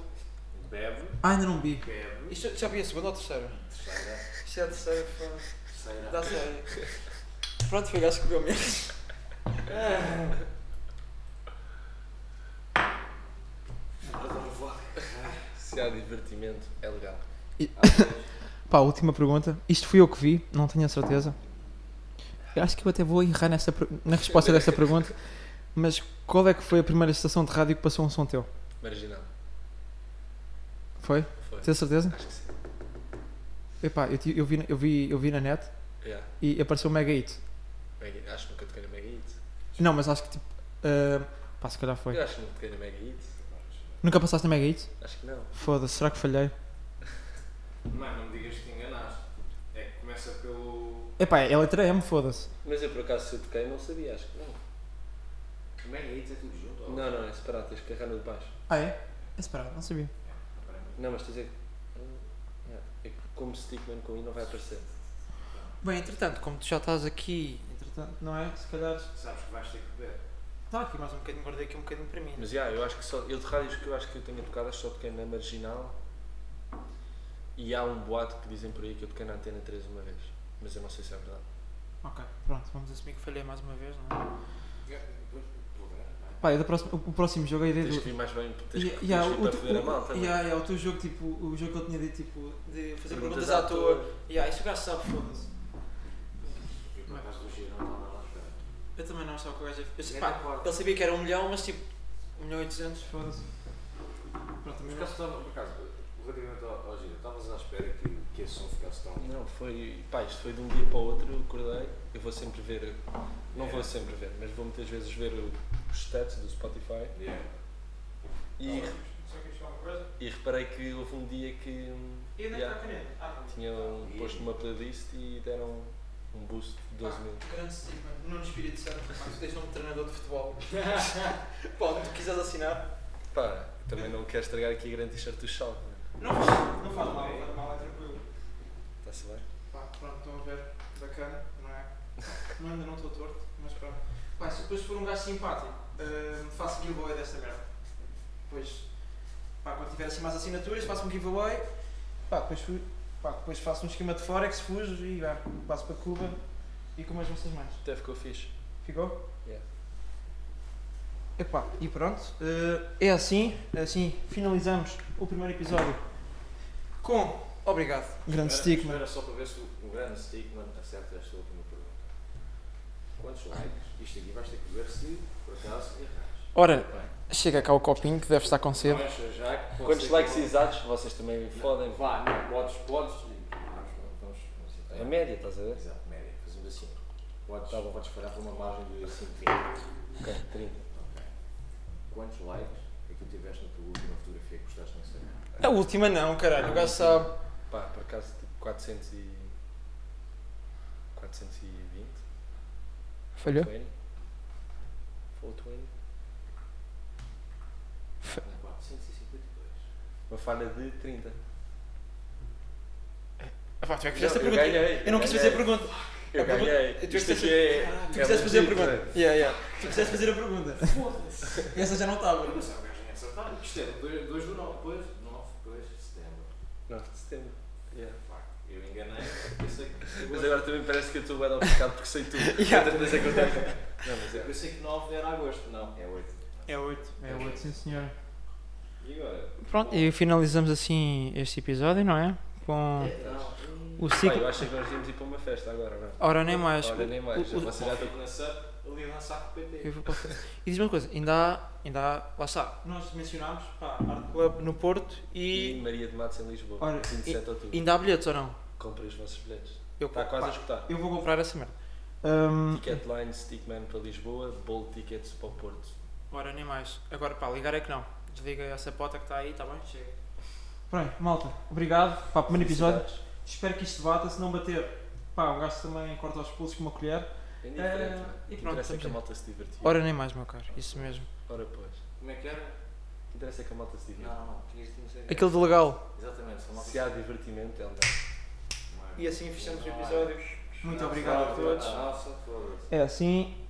Bebe,
Ah, ainda não vi.
bebe.
Isto já vi a segunda ou a terceira?
Terceira,
Isto é a terceira, foda
terceira.
Dá sério. Pronto, foi o gajo que comeu mesmo.
Se há divertimento, é legal.
Pá, última pergunta. Isto fui eu que vi, não tenho a certeza. Eu acho que eu até vou errar nesta, per- na resposta desta pergunta. Mas qual é que foi a primeira estação de rádio que passou um som teu?
Marginal.
Foi?
Foi.
Tens a certeza?
Acho que sim.
Epá, eu, ti- eu, vi, eu, vi, eu vi na net
Yeah.
e apareceu o Mega Hit.
Mega- acho que nunca toquei na Mega Hit.
Não, mas acho que tipo. ah, pá, se calhar foi.
Eu acho que nunca toquei na Mega Hit.
Nunca passaste na Mega Hit?
Acho que não.
Foda-se, será que falhei?
Mano, não me digas que te enganaste. É que começa pelo.
Epá, é letra M, foda-se.
Mas eu por acaso se eu toquei não sabia, acho que não.
Mega Hits é tudo junto? ou-
Não, não, é separado, tens que agarrar no de baixo.
Ah, é? É separado, não sabia.
Não, mas tens é que. Yeah. É que como Stickman com I não vai aparecer.
Bem, entretanto, como tu já estás aqui. Entretanto, não é? Se calhar.
Sabes que vais ter que beber.
Está aqui mais um bocadinho, guardei aqui um bocadinho para mim.
Mas já, eu acho que só. Eu de rádios que eu acho que eu tenho tocado, acho que só toquei na Marginal. E há um boato que dizem por aí que eu toquei na Antena 3 uma vez. Mas eu não sei se é verdade.
Ok, pronto, vamos assumir que falhei mais uma vez, não é?
É, Depois, pô, é, vai.
Pá, e da próxima, o, o próximo jogo é a ideia
Tens que
do.
ir mais bem, tens
E-
que
e há
tens que ir para
tu-
foder a malta. não é?
e há- e há o teu jogo, tipo, o jogo que eu tinha dito, tipo, de fazer perguntas à toa. E há, isso o gajo sabe, foda-se.
Eu por acaso do giro não estava nada à espera.
Eu também não achava que o gajo ia. eu sei-
Nem
pá,
da quarta.
É.
ele sabia que era um milhão, mas tipo, um milhão e duzentos, foda-se. Pronto,
Por
também
acaso,
não.
estava- por acaso, relativamente ao, ao giro, estavas à espera que, que esse som ficasse tão.
Não, foi. Pá, isto foi de um dia para o outro, eu acordei. Eu vou sempre ver. Não vou sempre ver, mas vou muitas vezes ver o- os stats do Spotify.
Yeah.
E,
Só queres falar uma coisa?
e reparei que houve um dia que. hum,
E onde é que
yeah,
está a caneta? Ah, não.
tinham posto numa playlist e deram um boost de 12 mil.
Ah. Grande Steve, mano. Não nos Espírito Santo, pá, tu tens nome de treinador de futebol. pá, onde tu quiseres assinar.
Pá, também não quero estragar aqui a grande t-shirt do né? Schalke,
Não faz, não faz mal, não faz mal, é tranquilo.
está-se bem?
Pá, pronto, estão a ver, bacana, não é? Não, ainda não estou torto, mas pronto. Pá, se depois for um gajo simpático, hum, faço giveaway desta merda. Depois, pá, quando tiver assim mais assinaturas, faço um giveaway. Pá, depois, fu- pá, depois faço um esquema de Forex, fujo e vá, passo para Cuba e com as vossas mães.
Até ficou fixe.
Ficou?
Yeah.
Epá, e pronto. eh, é assim, assim finalizamos o primeiro episódio com obrigado. Grande stick, mano.
Era só para ver se o, o grande Stickman acerta esta última pergunta. Quantos likes? Isto aqui vais ter que ver se, por acaso, erras.
Ora,
Bem.
chega cá o copinho que deve estar com
Não
sede.
encha já que pode ser
Quantos
que
likes
não-
e exatos vocês também fodem?
Vá, não, podes, podes. Vamos, vamos, vamos
É a
aceitar.
média, estás a ver?
Exato, média. Fazemos assim. Podes,
Tá bom.
podes falhar por uma margem de 5 minutos.
Ok, 30.
Ok. Quantos likes é que tu tiveste na tua última fotografia que gostaste no Instagram?
A última não, caralho, o gajo sabe.
Pá, por acaso, tipo 400 e... 420?
Falhou?
20? 420?
um 452.
Uma falha de 30.
Epá, tu é que
Não,
fizeste a
eu
pergunta.
ganhei,
Eu não quis
ganhei.
fazer a pergunta.
Eu
A pergunta-
ganhei.
tu
Isto
fizeste-
aqui é.
Tu
é
quiseste fazer a
ridículo.
pergunta. Yeah, yeah. Tu quiseste fazer a pergunta. Foda-se. Essa já não estava.
Mas é o gajo nem acertar. Isto é 2 do 9, depois 9, depois setembro.
9 de setembro. Yeah.
Pá, Eu enganei, eu sei que.
Mas agora também parece que eu estou bem ofuscado porque sei tudo.
Yeah.
Outra coisa é que eu tenho. Não, mas é.
Eu sei que 9 era agosto, não, é 8.
É 8. É 8, sim senhor.
E agora?
Pronto, e finalizamos assim este episódio, não é?
Ah.
Com
É, não, hum,
o
Pá,
ciclo.
eu acho que nós íamos ir para uma festa agora, não é?
Ora, nem mais.
Olha, nem mais.
o- o-
Você já
já
está.
estou na sub, ali a dançar com o PT.
Eu vou para o Fe- E diz-me uma coisa, ainda há, ainda há, lá está. Nós mencionámos, pá, Art Club no Porto
E
e
Maria de Matos em Lisboa,
Olha,
27 de outubro.
ainda há bilhetes ou não?
Comprei os vossos bilhetes.
Eu,
Está Tá quase a
pá,
escutar.
eu vou comprar essa merda. Hum,
Ticketline, Stickman para Lisboa, Bold Tickets para o Porto.
ora, nem mais. Agora, pá, ligar é que não. Desliga essa pota que está aí, está bem? Chega. Pronto, malta, obrigado. Pá, primeiro episódio.
Felicidades.
Espero que isto bata. Se não bater, pá, um gajo também corta os pulsos com uma colher.
É
Eh,
diferente, não é?
e
O que
pronto,
Interessa é que a
estamos
malta se divertiu.
Ora, nem mais, meu caro. Isso mesmo.
Ora, pois.
Como é que era?
O que Interessa é que a malta se divertiu.
Não, não, não, tinhas de me dizer.
Aquele de legal.
Exatamente, só uma
Se há divertimento, é andar.
pessoa.
E assim fechamos o episódio. Muito
Não,
obrigado a
não,
todos.
Nossa, foda-se.
É assim,